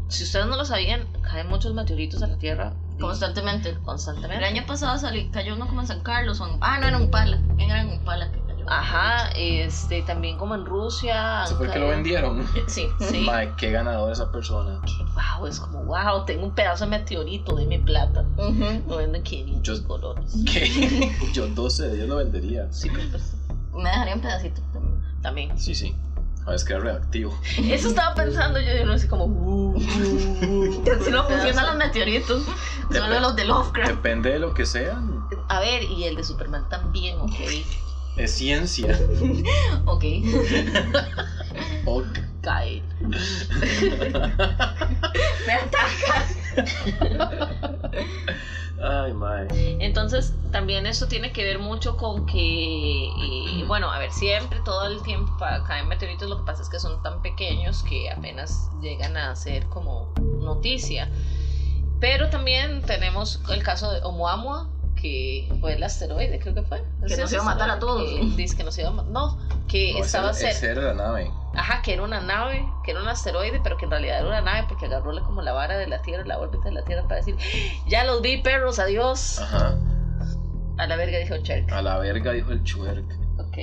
Speaker 2: Si ustedes no lo sabían, caen muchos meteoritos a la Tierra di,
Speaker 3: Constantemente. El
Speaker 2: constantemente.
Speaker 3: año pasado salió, cayó uno como en San Carlos. o en- ah, no, era un pala. Era en un pala que cayó.
Speaker 2: Ajá, este, también como en Rusia.
Speaker 1: Eso fue el que lo
Speaker 2: caen-
Speaker 1: vendieron.
Speaker 2: Sí, sí.
Speaker 1: Mae, qué ganador esa persona.
Speaker 2: Que, wow, es como, wow, tengo un pedazo de meteorito de mi plata.
Speaker 3: Ujú.
Speaker 2: No venden 500
Speaker 1: Yo-
Speaker 2: colores.
Speaker 1: Que yo 12 de 10 lo vendería.
Speaker 2: Sí, pero pues,
Speaker 3: Me dejaría un pedacito también.
Speaker 2: también.
Speaker 1: Sí, sí. A ver, queda reactivo.
Speaker 2: Eso estaba pensando yo, yo no sé como. uh, uh, uh.
Speaker 3: Si no funcionan
Speaker 2: Pedazo.
Speaker 3: los meteoritos, solo los de Lovecraft.
Speaker 1: Depende de lo que sean.
Speaker 2: A ver, y el de Superman también, ok.
Speaker 1: Es ciencia.
Speaker 3: Ok.
Speaker 1: Ok.
Speaker 2: Cae.
Speaker 3: Me ataca.
Speaker 1: Ay, mae.
Speaker 2: Entonces, también eso tiene que ver mucho con que, eh, bueno, a ver, siempre, todo el tiempo pa- caen meteoritos, lo que pasa es que son tan pequeños que apenas llegan a ser como noticia. Pero también tenemos el caso de Oumuamua, que fue el asteroide, creo que fue.
Speaker 3: Que nos iba a matar a todos.
Speaker 2: Dice que nos iba a matar. No, que
Speaker 1: No,
Speaker 2: estaba
Speaker 1: ese,
Speaker 2: cerca.
Speaker 1: ese era la nave.
Speaker 2: Ajá, que era una nave, que era un asteroide, pero que en realidad era una nave porque agarró la- como la vara de la Tierra, la órbita de la Tierra para decir, "¡Ah! ya los vi perros, adiós.
Speaker 1: Ajá.
Speaker 2: A la verga dijo Cherk.
Speaker 1: A la verga, dijo el chuerk.
Speaker 2: Ok.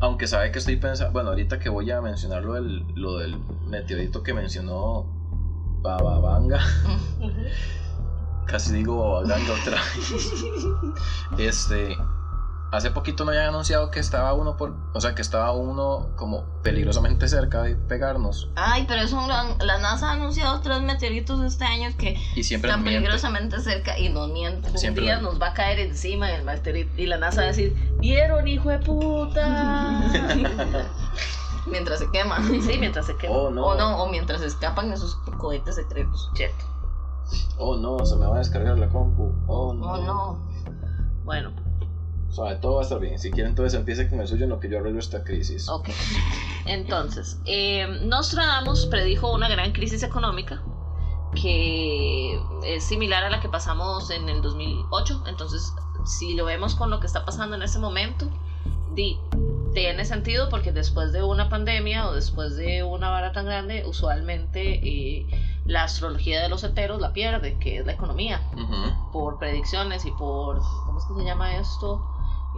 Speaker 1: Aunque sabe que estoy pensando. Bueno, ahorita que voy a mencionar lo del, lo del meteorito que mencionó Bababanga. Casi digo Bababanga otra vez. Este. Hace poquito no habían anunciado que estaba uno por. O sea, que estaba uno como peligrosamente cerca de pegarnos.
Speaker 3: Ay, pero eso lo han- la NASA ha anunciado tres meteoritos este año que
Speaker 1: Y siempre
Speaker 3: están
Speaker 1: nos mienten.
Speaker 3: peligrosamente cerca y nos mienten.
Speaker 2: Un
Speaker 1: Siempre
Speaker 2: día
Speaker 1: lo-
Speaker 2: nos va a caer encima el meteorito y la NASA va a decir, vieron hijo de puta.
Speaker 3: Mientras se quema.
Speaker 2: sí, mientras se quema.
Speaker 1: Oh no.
Speaker 3: O no, o mientras escapan esos cohetes secretos.
Speaker 2: Cierto.
Speaker 1: Oh no, se me va a descargar la compu. Oh no.
Speaker 3: Oh no.
Speaker 2: Bueno,
Speaker 1: O sea, todo va a estar bien. Si quieren, entonces empiece con el suyo en lo que yo arreglo esta crisis.
Speaker 2: ok. Entonces, eh, Nostradamus predijo una gran crisis económica que es similar a la que pasamos en el 2008. Entonces, si lo vemos con lo que está pasando en este momento, di, tiene sentido porque después de una pandemia o después de una vara tan grande, usualmente eh, la astrología de los heteros la pierde, que es la economía,
Speaker 1: Ujú.
Speaker 2: por predicciones y por, ¿cómo es que se llama esto?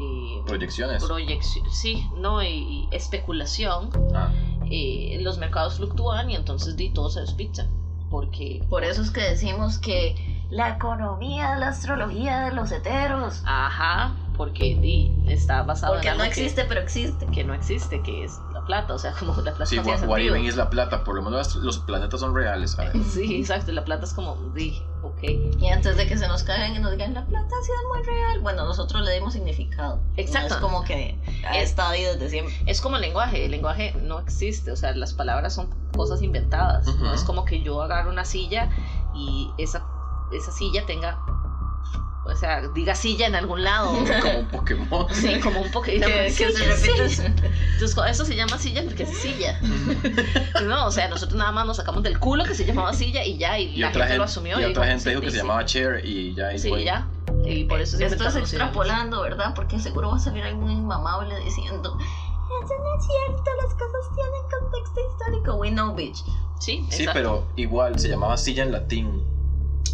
Speaker 2: Eh,
Speaker 1: Proyecciones.
Speaker 2: proyección, sí, no, y, y especulación,
Speaker 1: Ah.
Speaker 2: eh, los mercados fluctúan y entonces di, todo se despicha. Porque
Speaker 3: Por eso es que decimos que la economía, la astrología de los heteros.
Speaker 2: Ajá, porque di, está basado
Speaker 3: Porque
Speaker 2: en
Speaker 3: no
Speaker 2: algo que-
Speaker 3: existe, pero existe.
Speaker 2: Que, no existe, que es la plata, o sea, como la plata
Speaker 1: Sí,
Speaker 2: no tiene
Speaker 1: Gua- Guariben
Speaker 2: sentido.
Speaker 1: es la plata, por lo menos las- los planetas son reales. A ver.
Speaker 2: Sí, exacto, la plata es como, di, ok.
Speaker 3: Y antes de que se nos caigan y nos digan la plata ha sido muy real, bueno, nosotros le dimos significado.
Speaker 2: Exacto.
Speaker 3: No es como que ha
Speaker 2: Es-
Speaker 3: estado ahí desde siempre.
Speaker 2: Es como el lenguaje, el lenguaje no existe, o sea, las palabras son cosas inventadas. No
Speaker 1: Ujú.
Speaker 2: es como que yo agarro una silla y esa, esa silla tenga, o sea, diga silla en algún lado.
Speaker 1: Como un Pokémon.
Speaker 2: Sí, como un poquito.
Speaker 3: Que, que se repite.
Speaker 2: Entonces, co- eso se llama silla porque es silla. No, o sea, nosotros nada más nos sacamos del culo que se llamaba silla y ya, y,
Speaker 1: Y
Speaker 2: la
Speaker 1: otra
Speaker 2: gente,
Speaker 1: gente,
Speaker 2: lo asumió.
Speaker 1: y otra
Speaker 2: bueno,
Speaker 1: gente
Speaker 2: sí,
Speaker 1: dijo que
Speaker 2: sí,
Speaker 1: se
Speaker 2: sí.
Speaker 1: llamaba Cher y ya. y
Speaker 2: Sí,
Speaker 1: fue-
Speaker 2: ya. Y por eso se
Speaker 3: Esto
Speaker 2: inventaron los
Speaker 3: es
Speaker 2: idiomas.
Speaker 3: Este, extrapolando, ¿verdad? Porque seguro va a salir algún inmamable diciendo, eso no es cierto, las cosas tienen contexto histórico. We know, bitch.
Speaker 2: Sí,
Speaker 1: Sí,
Speaker 2: exacto.
Speaker 1: pero igual se llamaba silla en latín.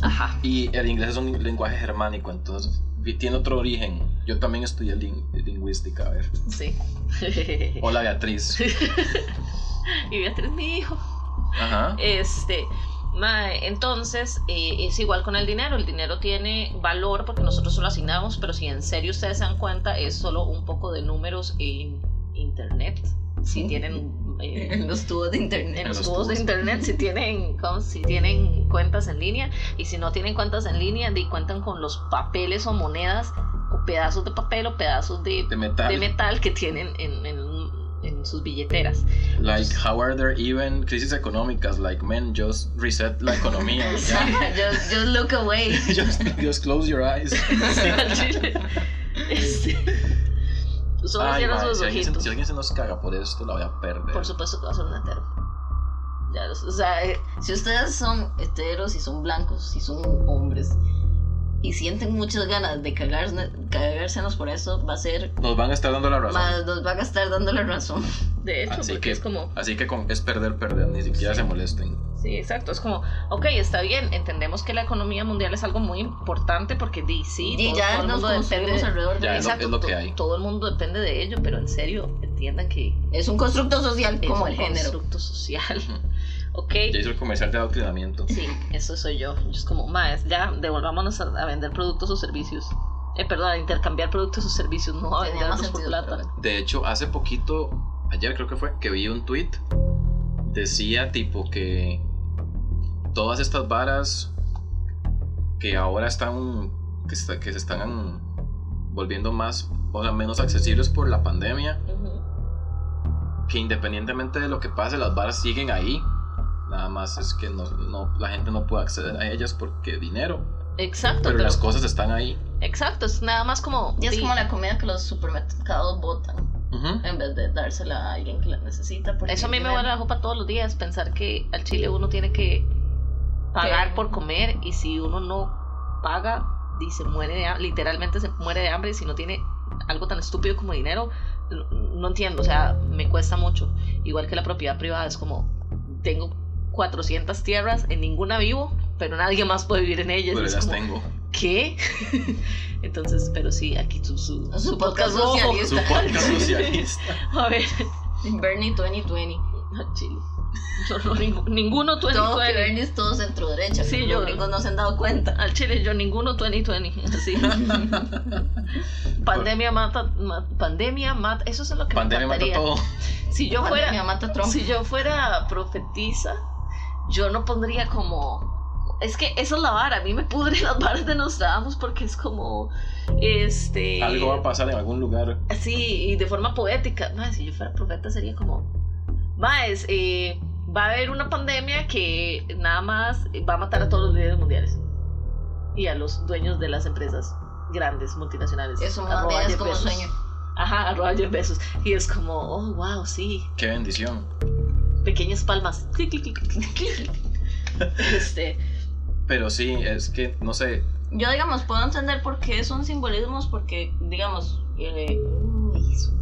Speaker 2: Ajá.
Speaker 1: Y el inglés es un lenguaje germánico, entonces vi- tiene otro origen. Yo también estudié lin- lingüística, a ver.
Speaker 2: Sí.
Speaker 1: Hola Beatriz.
Speaker 2: y Beatriz, mi hijo.
Speaker 1: Ajá.
Speaker 2: Este. mae, entonces eh, es igual con el dinero, el dinero tiene valor porque nosotros se lo asignamos, pero si en serio ustedes se dan cuenta es solo un poco de números en internet, si tienen eh,
Speaker 3: En los tubos de internet.
Speaker 2: en
Speaker 1: En
Speaker 2: los
Speaker 1: los
Speaker 2: tubos de
Speaker 1: tubos.
Speaker 2: internet si tienen ¿cómo? si tienen cuentas en línea y si no tienen cuentas en línea di, cuentan con los papeles o monedas o pedazos de papel o pedazos de,
Speaker 1: De metal.
Speaker 2: de metal que tienen en, en- en sus billeteras
Speaker 1: Like, how are there even crisis económicas? Like, men, just reset la economía. y ya.
Speaker 3: just, just look away.
Speaker 1: just, just close your eyes.
Speaker 2: Este, solo
Speaker 1: Ay,
Speaker 2: cierran
Speaker 1: madre,
Speaker 2: sus
Speaker 1: si, alguien se,
Speaker 2: ojitos
Speaker 1: si alguien se nos caga por esto, la voy a perder.
Speaker 2: por supuesto que va a ser un hetero
Speaker 3: Ya, o sea, eh, si ustedes son heteros, si son blancos, si son hombres y sienten muchas ganas de cagarse, cagársenos por eso, va a ser
Speaker 1: Nos van a estar dando la razón.
Speaker 3: más, nos van a estar dando la razón.
Speaker 2: De hecho,
Speaker 1: Así
Speaker 2: porque
Speaker 1: que-
Speaker 2: es como,
Speaker 1: Así que con, es perder, perder, ni siquiera
Speaker 2: Sí.
Speaker 1: se molesten.
Speaker 2: sí, exacto, es como, ok, está bien, entendemos que la economía mundial es algo muy importante porque di, sí,
Speaker 3: Y
Speaker 2: todo-
Speaker 3: ya
Speaker 2: todo el
Speaker 3: nos
Speaker 2: mundo
Speaker 3: construimos
Speaker 2: depende,
Speaker 3: alrededor de
Speaker 1: Ya,
Speaker 3: eso.
Speaker 1: es lo-
Speaker 2: exacto,
Speaker 1: es lo que
Speaker 2: to-
Speaker 1: hay.
Speaker 2: todo el mundo depende de ello, pero en serio, entiendan que
Speaker 3: Es un constructo social
Speaker 2: es
Speaker 3: como
Speaker 2: un
Speaker 3: el género.
Speaker 2: constructo social, ok,
Speaker 1: Ya hizo el comercial de adoctrinamiento.
Speaker 2: sí, eso soy yo, yo es como, más, ya, devolvámonos a, a vender productos o servicios, eh, perdón, a intercambiar productos o servicios, no a
Speaker 3: Tenía
Speaker 2: venderlos
Speaker 3: más
Speaker 2: por
Speaker 3: sentido,
Speaker 2: plata,
Speaker 3: pero
Speaker 1: De hecho, hace poquito, ayer creo que fue, que vi un tweet. Decía tipo que todas estas varas que ahora están, que, está- que se están volviendo más, o sea, menos accesibles por la pandemia,
Speaker 2: Ujú.
Speaker 1: que independientemente de lo que pase, las varas siguen ahí. Nada más es que no, no- la gente no puede acceder a ellas porque dinero.
Speaker 2: exacto,
Speaker 1: Pero
Speaker 2: pero-
Speaker 1: las cosas están ahí.
Speaker 2: exacto, es nada más como,
Speaker 3: Y es
Speaker 2: di,
Speaker 3: como la comida que los supermercados botan.
Speaker 1: Ujú.
Speaker 2: Eh,
Speaker 3: en vez de dársela a alguien que la necesita. porque
Speaker 2: Eso a mí me
Speaker 3: tienen-
Speaker 2: vuelve la copa todos los días, pensar que al chile uno tiene que pagar
Speaker 3: Sí.
Speaker 2: por comer y si uno no paga, y se muere de hambre, literalmente se muere de hambre y si no tiene algo tan estúpido como dinero, no, no entiendo, o sea, me cuesta mucho. Igual que la propiedad privada, es como, tengo 400 tierras, en ninguna vivo, pero nadie más puede vivir en ellas.
Speaker 1: Pero
Speaker 2: es
Speaker 1: las
Speaker 2: como,
Speaker 1: tengo.
Speaker 2: ¿Qué? Entonces, pero sí, aquí su, su,
Speaker 3: Su
Speaker 2: su
Speaker 3: podcast
Speaker 2: rojo.
Speaker 3: socialista.
Speaker 1: Su podcast socialista.
Speaker 2: A ver,
Speaker 3: Bernie 2020.
Speaker 2: no, chile. No, no, ningu- ninguno tú
Speaker 3: Todo que Bernie es todo centro derecha.
Speaker 2: Pues Sí,
Speaker 3: los
Speaker 2: yo-
Speaker 3: gringos no se han dado cuenta.
Speaker 2: Al chile yo ninguno 2020, así. pandemia mata, ma- pandemia mata, eso es lo que
Speaker 1: Pandemia
Speaker 2: me
Speaker 1: mata
Speaker 2: encantaría.
Speaker 1: todo.
Speaker 2: Si yo
Speaker 3: Pandemia
Speaker 2: fuera
Speaker 3: mata a Trump.
Speaker 2: si yo fuera profetisa, yo no pondría como es que eso es la vara, a mí me pudre las varas de Nostradamus porque es como este
Speaker 1: Algo va a pasar en algún lugar.
Speaker 2: así y de forma poética. Mae, si yo fuera profeta sería como, Maes, eh, va a haber una pandemia que nada más va a matar a todos los líderes mundiales y a los dueños de las empresas grandes, multinacionales.
Speaker 3: Eso más
Speaker 2: Arroba
Speaker 3: bien es
Speaker 2: Jeff
Speaker 3: como un
Speaker 2: Bezos.
Speaker 3: sueño.
Speaker 2: Ajá, arroba Jeff Bezos. Y es como, oh, wow, sí,
Speaker 1: Qué bendición.
Speaker 2: pequeñas palmas. Clic, clic, clic, clic, clic, clic. este,
Speaker 1: Pero sí, es que, no sé,
Speaker 3: Yo, digamos, puedo entender por qué son simbolismos, porque, digamos, eh, uy, su-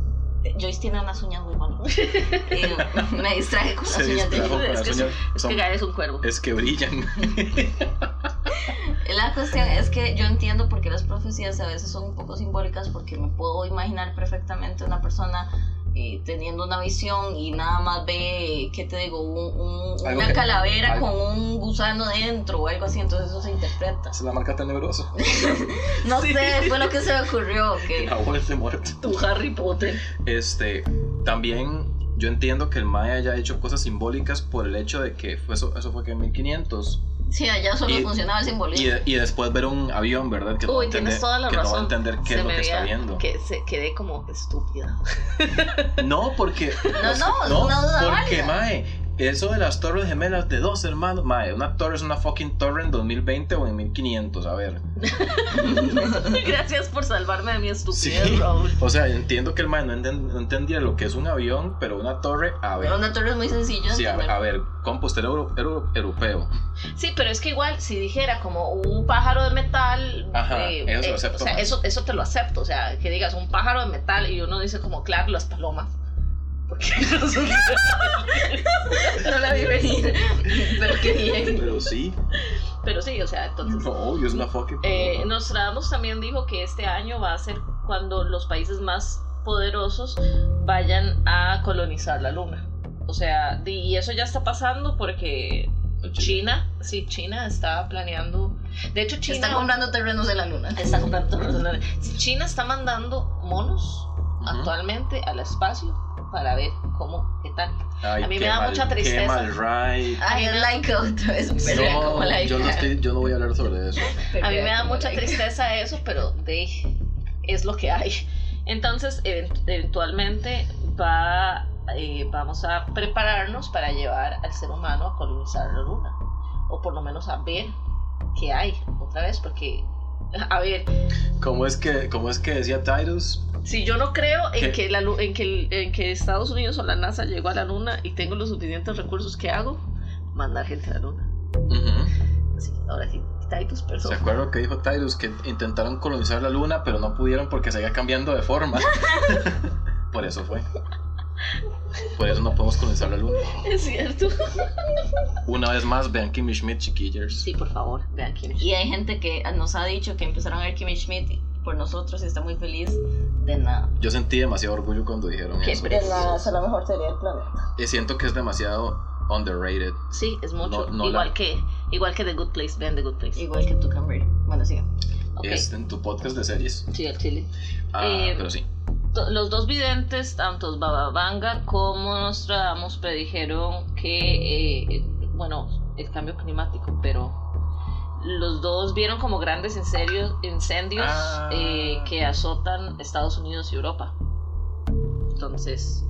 Speaker 3: Joyce tiene unas uñas muy bonitas. Eh, me distraje con las
Speaker 1: se
Speaker 3: uñas de
Speaker 1: distrajo con
Speaker 2: es
Speaker 1: las
Speaker 2: que
Speaker 1: uñas.
Speaker 2: es
Speaker 1: Son-
Speaker 2: que Gael es un cuervo.
Speaker 1: es que brillan.
Speaker 3: La cuestión es que yo entiendo por qué las profecías a veces son un poco simbólicas, porque me puedo imaginar perfectamente una persona eh, teniendo una visión y nada más ve, ¿qué te digo? Un- un-
Speaker 1: Algo
Speaker 3: una
Speaker 1: que-
Speaker 3: calavera
Speaker 1: algo.
Speaker 3: con un gusano dentro o algo así, entonces eso se interpreta.
Speaker 1: Es la marca tenebrosa.
Speaker 3: No
Speaker 2: Sí.
Speaker 3: sé, fue lo que se me ocurrió. Que...
Speaker 1: La muerte muerto.
Speaker 2: Tu Harry Potter.
Speaker 1: Este, también yo entiendo que el Maya haya hecho cosas simbólicas por el hecho de que fue eso, eso fue que en 1500.
Speaker 3: Sí, allá solo
Speaker 1: Y-
Speaker 3: funcionaba el
Speaker 1: Y,
Speaker 3: simbolismo.
Speaker 1: de- y después ver un avión, ¿verdad? Que, no va a
Speaker 2: Uy, tienes
Speaker 1: entender-
Speaker 2: toda la
Speaker 1: que no va a
Speaker 2: razón.
Speaker 1: entender qué
Speaker 2: Se
Speaker 1: es lo
Speaker 2: me
Speaker 1: que está
Speaker 2: veía
Speaker 1: viendo.
Speaker 2: Que se quedé como estúpida.
Speaker 1: No, porque.
Speaker 3: No, no, es una duda
Speaker 1: Porque,
Speaker 3: válida.
Speaker 1: mae, eso de las torres gemelas de dos hermanos. Mae, una torre es una fucking torre en 2020 o en 1500, a ver.
Speaker 2: Gracias por salvarme de mi estupidez,
Speaker 1: Sí.
Speaker 2: Raúl.
Speaker 1: O sea, entiendo que el mae no, enten- no entendía lo que es un avión, pero una torre, a ver.
Speaker 3: Pero una torre es muy sencillo. de
Speaker 1: Sí, a ver,
Speaker 3: entender.
Speaker 1: a ver, compa, usted era euro- era europeo.
Speaker 2: Sí, pero es que igual si dijera como un pájaro de metal, eh,
Speaker 1: Ajá, eso lo
Speaker 2: o
Speaker 1: acepto
Speaker 2: sea,
Speaker 1: más.
Speaker 2: eso, eso te lo acepto, o sea, que digas un pájaro de metal y uno dice como, claro, las palomas. Porque no son-
Speaker 3: No la vi venir. Pero qué bien.
Speaker 1: Pero sí,
Speaker 2: pero sí, o sea, entonces...
Speaker 1: no, obvio, es una fucking.
Speaker 2: Eh,
Speaker 1: torre.
Speaker 2: Nostradamus también dijo que este año va a ser cuando los países más poderosos vayan a colonizar la luna. O sea, di- y eso ya está pasando porque China, sí, China está planeando. De hecho, China
Speaker 3: Está comprando terrenos de la luna.
Speaker 2: está comprando personal. China está mandando monos
Speaker 1: Ujú.
Speaker 2: actualmente al espacio para ver cómo, qué tal.
Speaker 1: Ay,
Speaker 2: a mí me
Speaker 1: qué
Speaker 2: da
Speaker 1: mal-
Speaker 2: mucha
Speaker 1: Qué
Speaker 2: tristeza. Ah,
Speaker 1: mal ride.
Speaker 3: Ay, es laica otra vez. pelea
Speaker 1: No,
Speaker 3: como laica.
Speaker 1: yo no, estoy- yo no voy a hablar sobre eso.
Speaker 2: A mí me da mucha
Speaker 3: tristeza
Speaker 2: tristeza eso, pero de, es lo que hay. Entonces, event- eventualmente va, eh, vamos a prepararnos para llevar al ser humano a colonizar la luna, o por lo menos a ver qué hay otra vez, porque, a ver,
Speaker 1: ¿Cómo es que, cómo es que decía Titus?
Speaker 2: si yo no creo en
Speaker 1: ¿Qué?
Speaker 2: que, la, lu- en, que, el- en que Estados Unidos o la NASA llegó a la luna y tengo los suficientes recursos, ¿qué hago? mandar gente a la luna.
Speaker 1: Ujú.
Speaker 2: Así que ahora sí, Titus
Speaker 1: ¿Se
Speaker 2: Persona.
Speaker 1: acuerdan lo que dijo Tyrus? Que intentaron colonizar la luna, pero no pudieron porque seguía cambiando de forma. Por eso fue. Por eso no podemos colonizar la luna.
Speaker 2: Es cierto.
Speaker 1: Una vez más, vean Kimmy Schmidt, chiquillers.
Speaker 2: Sí, por favor, vean quién es.
Speaker 3: Y hay gente que nos ha dicho que empezaron a ver Kimmy Schmidt por nosotros y está muy feliz de nada.
Speaker 1: Yo sentí demasiado orgullo cuando dijeron
Speaker 2: Qué
Speaker 1: eso.
Speaker 2: precioso.
Speaker 3: la mejor serie del planeta.
Speaker 1: Y siento que es demasiado underrated.
Speaker 2: Sí, es mucho.
Speaker 1: No- no
Speaker 2: igual,
Speaker 1: la-
Speaker 2: que, igual que The Good Place, vean The Good Place.
Speaker 3: Igual que tú, Cambridge. Bueno, sigue.
Speaker 2: Ok.
Speaker 1: Es en tu podcast de series.
Speaker 2: Sí, al chile.
Speaker 1: Ah,
Speaker 2: Eh,
Speaker 1: pero sí.
Speaker 2: To- Los dos videntes, tanto Bababanga como Nostradamus, predijeron que, eh, eh, bueno, el cambio climático, pero los dos vieron como grandes incendios, incendios
Speaker 1: Ah.
Speaker 2: eh, que azotan Estados Unidos y Europa. Entonces,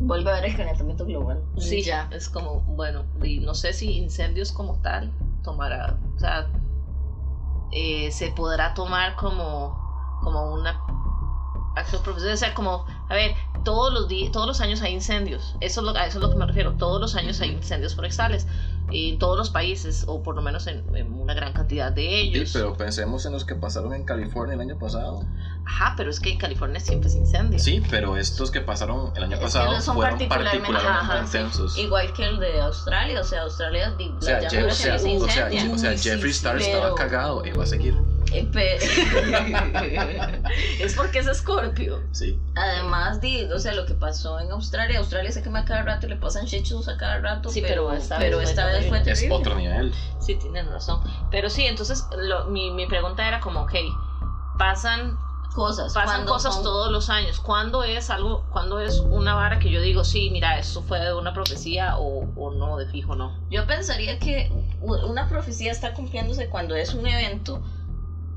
Speaker 3: Vuelve a ver el calentamiento global.
Speaker 2: sí, ya, es como, bueno, y no sé si incendios como tal tomará, o sea, eh, se podrá tomar como, como una acción profesional, o sea, como, a ver, todos los, di- todos los años hay incendios, eso es lo, a eso es lo que me refiero, todos los años hay incendios forestales, en todos los países, o por lo menos en, en una gran cantidad de
Speaker 1: Sí,
Speaker 2: ellos.
Speaker 1: pero pensemos en los que pasaron en California el año pasado.
Speaker 2: Ajá, pero es que en California siempre se incendia.
Speaker 1: Sí, pero estos que pasaron el año
Speaker 3: Es que
Speaker 1: pasado
Speaker 3: son
Speaker 1: fueron
Speaker 3: particularmente-
Speaker 1: particularmente,
Speaker 3: ajá, sí.
Speaker 1: intensos.
Speaker 3: Igual que el de Australia, o sea, Australia di-
Speaker 1: O sea,
Speaker 3: la
Speaker 1: Jeff-
Speaker 3: llanura
Speaker 1: o sea,
Speaker 3: que se
Speaker 1: o sea,
Speaker 3: incendia.
Speaker 1: o sea,
Speaker 2: Uy, sí,
Speaker 1: Jeffree
Speaker 2: sí,
Speaker 1: Star
Speaker 3: pero-
Speaker 1: estaba cagado y va a seguir.
Speaker 3: Eh, pe- es porque es Scorpio.
Speaker 1: Sí.
Speaker 3: Además, di- o sea, lo que pasó en Australia, Australia se quema cada rato y le pasan chichos a cada rato.
Speaker 2: Sí, pero esta
Speaker 3: pero
Speaker 2: vez fue
Speaker 3: esta vez fue
Speaker 2: terrible.
Speaker 1: Es
Speaker 3: terrible.
Speaker 1: otro nivel.
Speaker 2: Sí, tienes razón. Pero sí, entonces lo- mi, mi pregunta era como, ok, pasan,
Speaker 3: Cosas.
Speaker 2: pasan
Speaker 3: cuando
Speaker 2: cosas
Speaker 3: son-
Speaker 2: todos los años. ¿Cuándo es algo, cuándo es una vara que yo digo, sí, mira, eso fue una profecía o, o no, de fijo no?
Speaker 3: Yo pensaría que u- una profecía está cumpliéndose cuando es un evento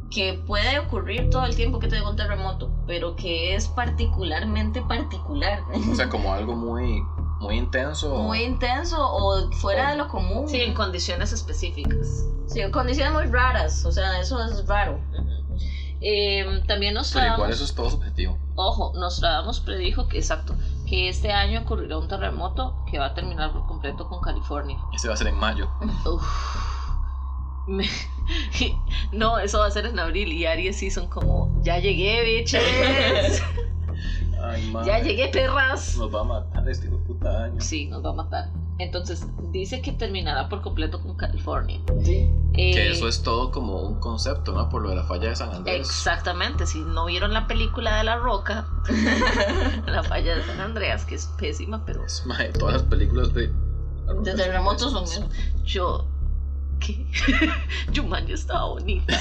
Speaker 3: que puede ocurrir todo el tiempo que te digo un terremoto, pero que es particularmente particular.
Speaker 1: O sea, como algo muy, muy intenso.
Speaker 3: Muy intenso o fuera de lo común.
Speaker 2: Sí, en condiciones específicas.
Speaker 3: Sí, condiciones muy raras, o sea, eso es raro.
Speaker 2: Eh, también
Speaker 1: pero igual
Speaker 2: Nostradamus,
Speaker 1: eso es todo subjetivo.
Speaker 2: ojo, Nostradamus predijo que, exacto, que este año ocurrirá un terremoto que va a terminar por completo con California.
Speaker 1: Este va a ser en mayo.
Speaker 2: Uf. Me- No, eso va a ser en abril y Aries sí son como, ya llegué, bitches.
Speaker 1: Ay, madre.
Speaker 2: ya llegué, perras.
Speaker 1: Nos va a matar este hijo de puta año.
Speaker 2: Sí, nos va a matar. Entonces, dice que terminará por completo con California. Eh,
Speaker 1: Que eso es todo como un concepto, ¿no? Por lo de la falla de San Andrés.
Speaker 2: Exactamente, si no vieron la película de La Roca, la falla de San Andreas, que es pésima, pero
Speaker 1: Es más, de todas las películas de.
Speaker 3: De terremotos son
Speaker 2: yo... ¿Qué? Yumanji estaba bonita.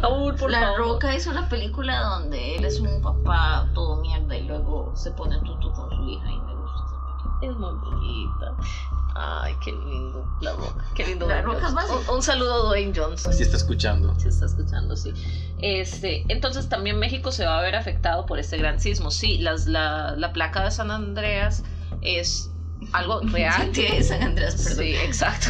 Speaker 2: Raúl, por
Speaker 3: La
Speaker 2: favor.
Speaker 3: Roca hizo una película donde él es un papá todo mierda y luego se pone tutu con su hija y me gusta. esa película.
Speaker 2: Es muy bonita. Ay, qué lindo. La Roca. Qué lindo.
Speaker 3: La
Speaker 2: Dwayne
Speaker 3: Roca es
Speaker 2: Johnson.
Speaker 3: básica.
Speaker 2: un, un saludo a Dwayne Johnson.
Speaker 1: Si está escuchando.
Speaker 2: Se está escuchando, sí. Este, entonces también México se va a ver afectado por este gran sismo. Sí, las, la, la placa de San Andreas es algo real.
Speaker 3: Sí, de San Andrés, perdón.
Speaker 2: Sí, exacto.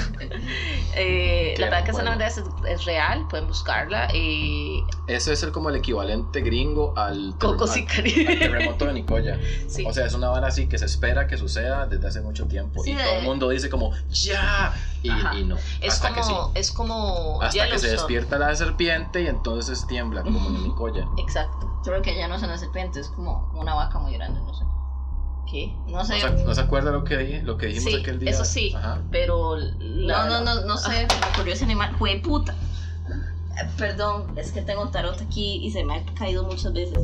Speaker 2: Eh,
Speaker 1: Qué
Speaker 2: la placa de San
Speaker 1: bueno.
Speaker 2: Andreas es, es real, pueden buscarla. Eh,
Speaker 1: Eso es el- como el equivalente gringo al.
Speaker 2: Cocos y
Speaker 1: al- al
Speaker 2: Caribe.
Speaker 1: terremoto de Nicoya.
Speaker 2: Sí.
Speaker 1: O sea, es una vara así que se espera que suceda desde hace mucho tiempo.
Speaker 3: Sí,
Speaker 1: y
Speaker 3: de-
Speaker 1: todo el mundo dice como, ¡ya! Y,
Speaker 2: eh. Ajá.
Speaker 1: y no.
Speaker 2: es,
Speaker 1: hasta
Speaker 2: como,
Speaker 1: que sí.
Speaker 2: es como.
Speaker 1: Hasta que se
Speaker 2: Yellowstone.
Speaker 1: despierta la serpiente y entonces tiembla como en Nicoya.
Speaker 2: Exacto.
Speaker 3: Yo creo que ya no son las serpientes, es como como una vaca muy grande, no sé.
Speaker 2: ¿Qué?
Speaker 3: No
Speaker 1: ¿No
Speaker 3: sé.
Speaker 1: se, no se acuerda lo que, di- lo que dijimos
Speaker 2: Sí,
Speaker 1: aquel día?
Speaker 2: eso sí.
Speaker 1: Ajá.
Speaker 2: Pero. la-
Speaker 3: no, no, no, no sé, me ocurrió ese animal. Fue puta. Perdón, es que tengo un tarot aquí y se me ha caído muchas veces.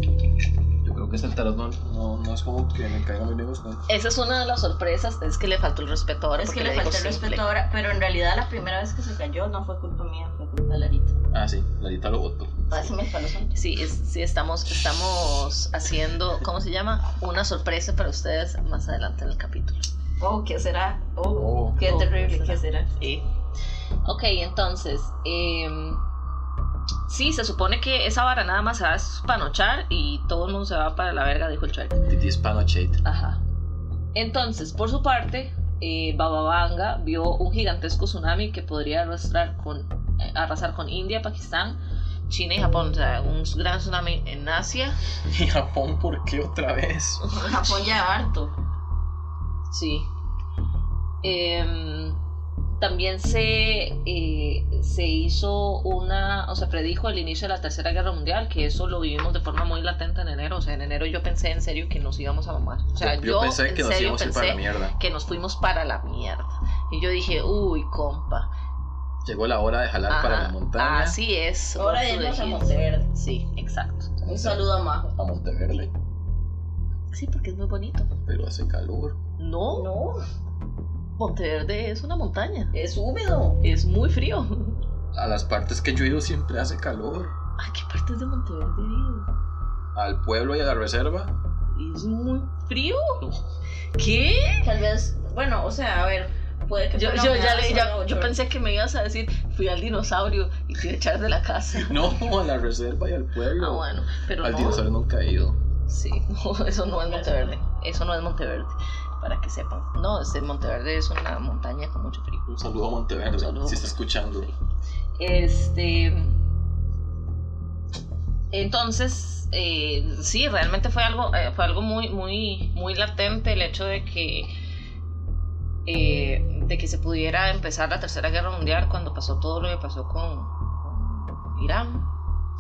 Speaker 1: Yo creo que es el tarot, no, no, no es como que me caiga muy bien con
Speaker 2: Esa es una de las sorpresas, es que le faltó el respeto ahora.
Speaker 3: Es que
Speaker 2: porque
Speaker 3: le
Speaker 2: dijo
Speaker 3: falté el
Speaker 2: simple.
Speaker 3: respeto ahora, pero en realidad la primera vez que se cayó no fue culpa mía, fue culpa de Larita. Ah,
Speaker 1: Ah, sí, Larita lo votó.
Speaker 3: Pásame el palo santo.
Speaker 2: Sí, es- sí estamos, estamos haciendo, ¿cómo se llama? Una sorpresa para ustedes más adelante en el capítulo.
Speaker 3: Oh, ¿qué será? Oh,
Speaker 1: Oh,
Speaker 3: qué
Speaker 2: oh,
Speaker 3: terrible,
Speaker 2: ¿qué
Speaker 3: ¿qué será?
Speaker 2: Sí. Ok, entonces, em, sí, se supone que esa vara nada más se va a espanochar y todo el mundo se va para la verga, dijo el chueco.
Speaker 1: Titi Spanachate.
Speaker 2: Ajá. Entonces, por su parte, eh, Bababanga vio un gigantesco tsunami que podría arrastrar con, eh, arrasar con India, Pakistán, China y Japón. O sea, un gran tsunami en Asia.
Speaker 1: ¿Y Japón por qué otra vez?
Speaker 3: Japón ya harto.
Speaker 2: Sí. Em, también se, eh, se hizo una, o sea, predijo el inicio de la Tercera Guerra Mundial, que eso lo vivimos de forma muy latente en enero. O sea, en enero yo pensé en serio que nos íbamos a mamar. O sea, yo,
Speaker 1: yo pensé
Speaker 2: en
Speaker 1: que nos
Speaker 2: serio
Speaker 1: íbamos a ir para la mierda.
Speaker 2: que nos fuimos para la mierda. Y yo dije, uy, compa.
Speaker 1: Llegó la hora de jalar
Speaker 2: Ajá, Ah,
Speaker 1: para la montaña.
Speaker 2: Así es.
Speaker 3: Ahora
Speaker 2: como tú
Speaker 3: irnos a
Speaker 2: dijiste.
Speaker 3: Monteverde.
Speaker 2: Sí, exacto.
Speaker 3: Un saludo a Majo.
Speaker 1: A Monteverde,
Speaker 2: Sí, porque es muy bonito.
Speaker 1: pero hace calor.
Speaker 2: No,
Speaker 3: No,
Speaker 2: Monteverde es una montaña.
Speaker 3: es húmedo.
Speaker 2: Es muy frío.
Speaker 1: A las partes que yo he ido siempre hace calor.
Speaker 2: ¿A qué partes de Monteverde he ido?
Speaker 1: Al pueblo y a la reserva.
Speaker 2: Es muy frío. ¿Qué?
Speaker 3: Tal vez, bueno, o sea, a ver, puede que.
Speaker 2: Yo,
Speaker 3: fuera
Speaker 2: yo, ya
Speaker 3: humedad,
Speaker 2: le-
Speaker 3: eso
Speaker 2: ya-
Speaker 3: no,
Speaker 2: yo
Speaker 3: pero-
Speaker 2: pensé que me ibas a decir, fui al dinosaurio y te iba a echar de la casa.
Speaker 1: No, a la reserva y al pueblo.
Speaker 2: Ah, bueno, pero
Speaker 1: al
Speaker 2: no.
Speaker 1: dinosaurio nunca he ido.
Speaker 2: Sí, no, eso no es Monteverde. Eso no es Monteverde, para que sepan. No, este Monteverde es una montaña con mucho frío.
Speaker 1: Un saludo a Monteverde,
Speaker 2: Un saludo.
Speaker 1: si está escuchando.
Speaker 2: Este. Entonces, eh, sí, realmente fue algo, eh, fue algo muy, muy, muy latente el hecho de que, eh, de que se pudiera empezar la Tercera Guerra Mundial cuando pasó todo lo que pasó con, con Irán.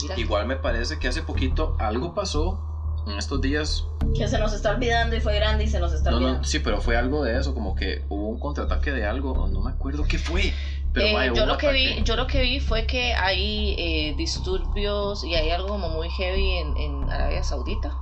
Speaker 2: Irak.
Speaker 1: Igual me parece que hace poquito algo pasó en estos días.
Speaker 3: Que se nos está olvidando y fue grande y se nos está
Speaker 1: No,
Speaker 3: olvidando.
Speaker 1: no, sí, pero fue algo de eso, como que hubo un contraataque de algo, no me acuerdo qué fue. Pero
Speaker 2: Eh,
Speaker 1: mae, hubo
Speaker 2: yo
Speaker 1: un
Speaker 2: lo que vi,
Speaker 1: ataque.
Speaker 2: yo lo que vi fue que hay eh, disturbios y hay algo como muy heavy en, en Arabia Saudita.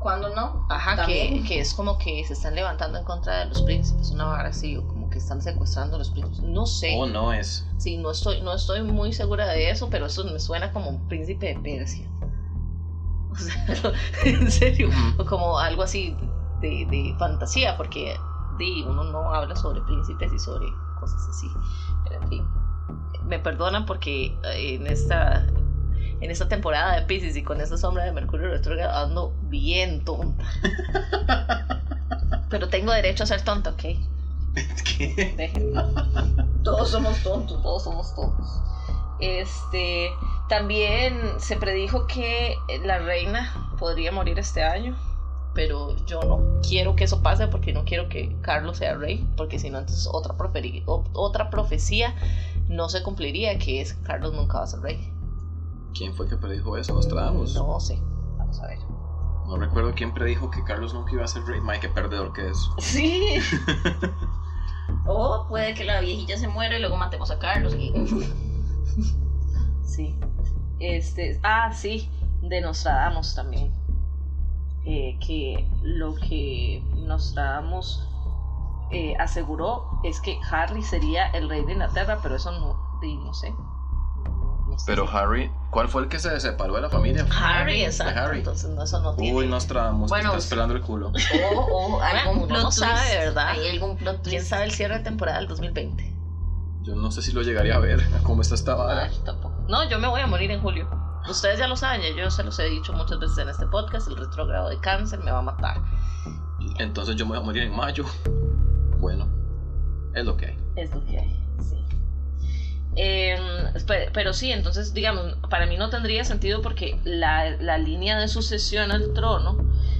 Speaker 3: ¿Cuándo no?
Speaker 2: Ajá, que,
Speaker 3: También.
Speaker 2: que es como que se están levantando en contra de los príncipes, una vara así, o como que están secuestrando a los príncipes. No sé,
Speaker 1: Oh, no es.
Speaker 2: sí, no estoy, no estoy muy segura de eso, pero eso me suena como un príncipe de Persia. O sea, en serio, o como algo así de, de fantasía, porque di, uno no habla sobre príncipes y sobre cosas así. Pero en fin, me perdonan porque eh, en esta, en esta temporada de Pisces y con esta sombra de Mercurio retrógrado ando bien tonta. Pero tengo derecho a ser tonta, ¿ok?
Speaker 1: ¿Qué?
Speaker 2: Déjenme.
Speaker 3: Todos somos tontos.
Speaker 2: Todos somos tontos. Este, también se predijo que la reina podría morir este año, pero yo no quiero que eso pase porque no quiero que Carlos sea rey, porque si no entonces otra, proferi- o- otra profecía no se cumpliría, que es que Carlos nunca va a ser rey.
Speaker 1: ¿Quién fue que predijo eso? Nostradamus.
Speaker 2: No sé, vamos a ver.
Speaker 1: No recuerdo quién predijo que Carlos nunca iba a ser rey. Mike, qué perdedor que es.
Speaker 2: Sí,
Speaker 3: O puede que la viejilla se muera y luego matemos a Carlos. Y...
Speaker 2: Sí. Este, ah, sí, de Nostradamus también. Eh, que lo que Nostradamus eh, aseguró es que Harry sería el rey de Inglaterra, pero eso no, di- no sé. No sé
Speaker 1: Pero
Speaker 2: si-
Speaker 1: Harry, ¿cuál fue el que se separó de la familia?
Speaker 2: Harry, exacto.
Speaker 1: Harry.
Speaker 2: Entonces, no, eso no tiene.
Speaker 1: Uy, Nostradamus, te
Speaker 3: Bueno,
Speaker 1: está esperando el culo.
Speaker 3: O, o
Speaker 2: Bueno,
Speaker 3: algún
Speaker 2: uno
Speaker 3: plot
Speaker 2: no
Speaker 3: twist.
Speaker 2: sabe, ¿verdad?
Speaker 3: Hay algún plot
Speaker 2: ¿Quién
Speaker 3: twist.
Speaker 2: sabe el cierre de temporada del 2020?
Speaker 1: Yo no sé si lo llegaría a ver, cómo está esta vara.
Speaker 2: Ay, tampoco. No, yo me voy a morir en julio. Ustedes ya lo saben, ya yo se los he dicho muchas veces en este podcast, el retrogrado de cáncer me va a matar.
Speaker 1: Entonces yo me voy a morir en mayo. Bueno, es lo que hay.
Speaker 2: Es lo que hay, sí. Em, pe- pero sí, entonces, digamos, para mí no tendría sentido porque la, la línea de sucesión al trono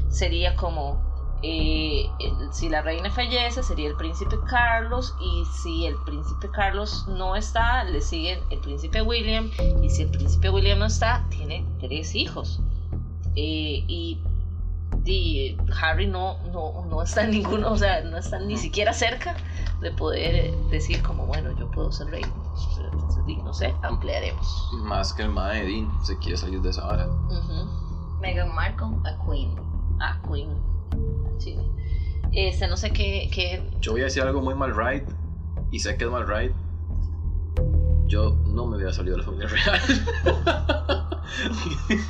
Speaker 2: sería como, eh, el- si la reina fallece, sería el príncipe Carlos y si el príncipe Carlos no está, le siguen el príncipe William y si el príncipe William no está, tiene tres hijos. Eh, y, y Harry no, no, no está en ninguno, o sea, no está ni siquiera cerca de poder eh, decir como bueno yo puedo ser rey Pero entonces di, no sé ampliaremos
Speaker 1: Más que el mae Dean se quiere salir de esa vara.
Speaker 2: Ujú.
Speaker 3: Meghan Markle, a Queen.
Speaker 2: ah Queen sí. este no sé qué, qué
Speaker 1: Yo voy a decir algo muy mal right, y sé que es mal right. Yo no me hubiera salido de la familia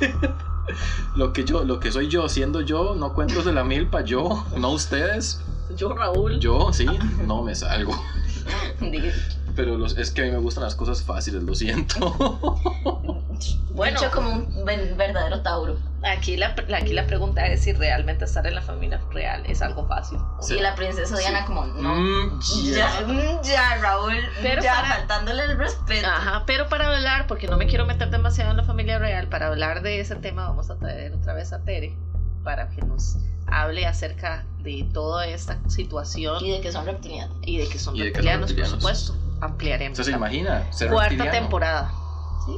Speaker 1: real. lo que yo, lo que soy yo, siendo yo, no cuentos de la milpa, yo, no ustedes,
Speaker 2: yo Raúl
Speaker 1: yo sí, no me salgo. Pero los- es que a mí me gustan las cosas fáciles, lo siento.
Speaker 2: bueno
Speaker 3: Hecho como un ven- verdadero Tauro.
Speaker 2: aquí la, pre- aquí la pregunta es si realmente estar en la familia real es algo fácil
Speaker 1: Sí.
Speaker 3: Y la princesa Diana,
Speaker 1: Sí.
Speaker 3: como, no.
Speaker 1: Mm, yeah.
Speaker 3: Ya, mm, ya, Raúl.
Speaker 2: Pero
Speaker 3: ya,
Speaker 2: para-
Speaker 3: faltándole el respeto.
Speaker 2: Ajá, pero para hablar, porque no me quiero meter demasiado en la familia real, para hablar de ese tema vamos a traer otra vez a Tere para que nos hable acerca de toda esta situación
Speaker 3: Y de que son reptilianos.
Speaker 2: y de que son
Speaker 1: Y de que son
Speaker 2: reptilianos, por
Speaker 1: reptilianos.
Speaker 2: supuesto. Ampliaremos.
Speaker 1: ¿Usted se
Speaker 2: la
Speaker 1: imagina? Ser
Speaker 2: Cuarta
Speaker 1: reptiliano.
Speaker 2: temporada.
Speaker 3: Sí,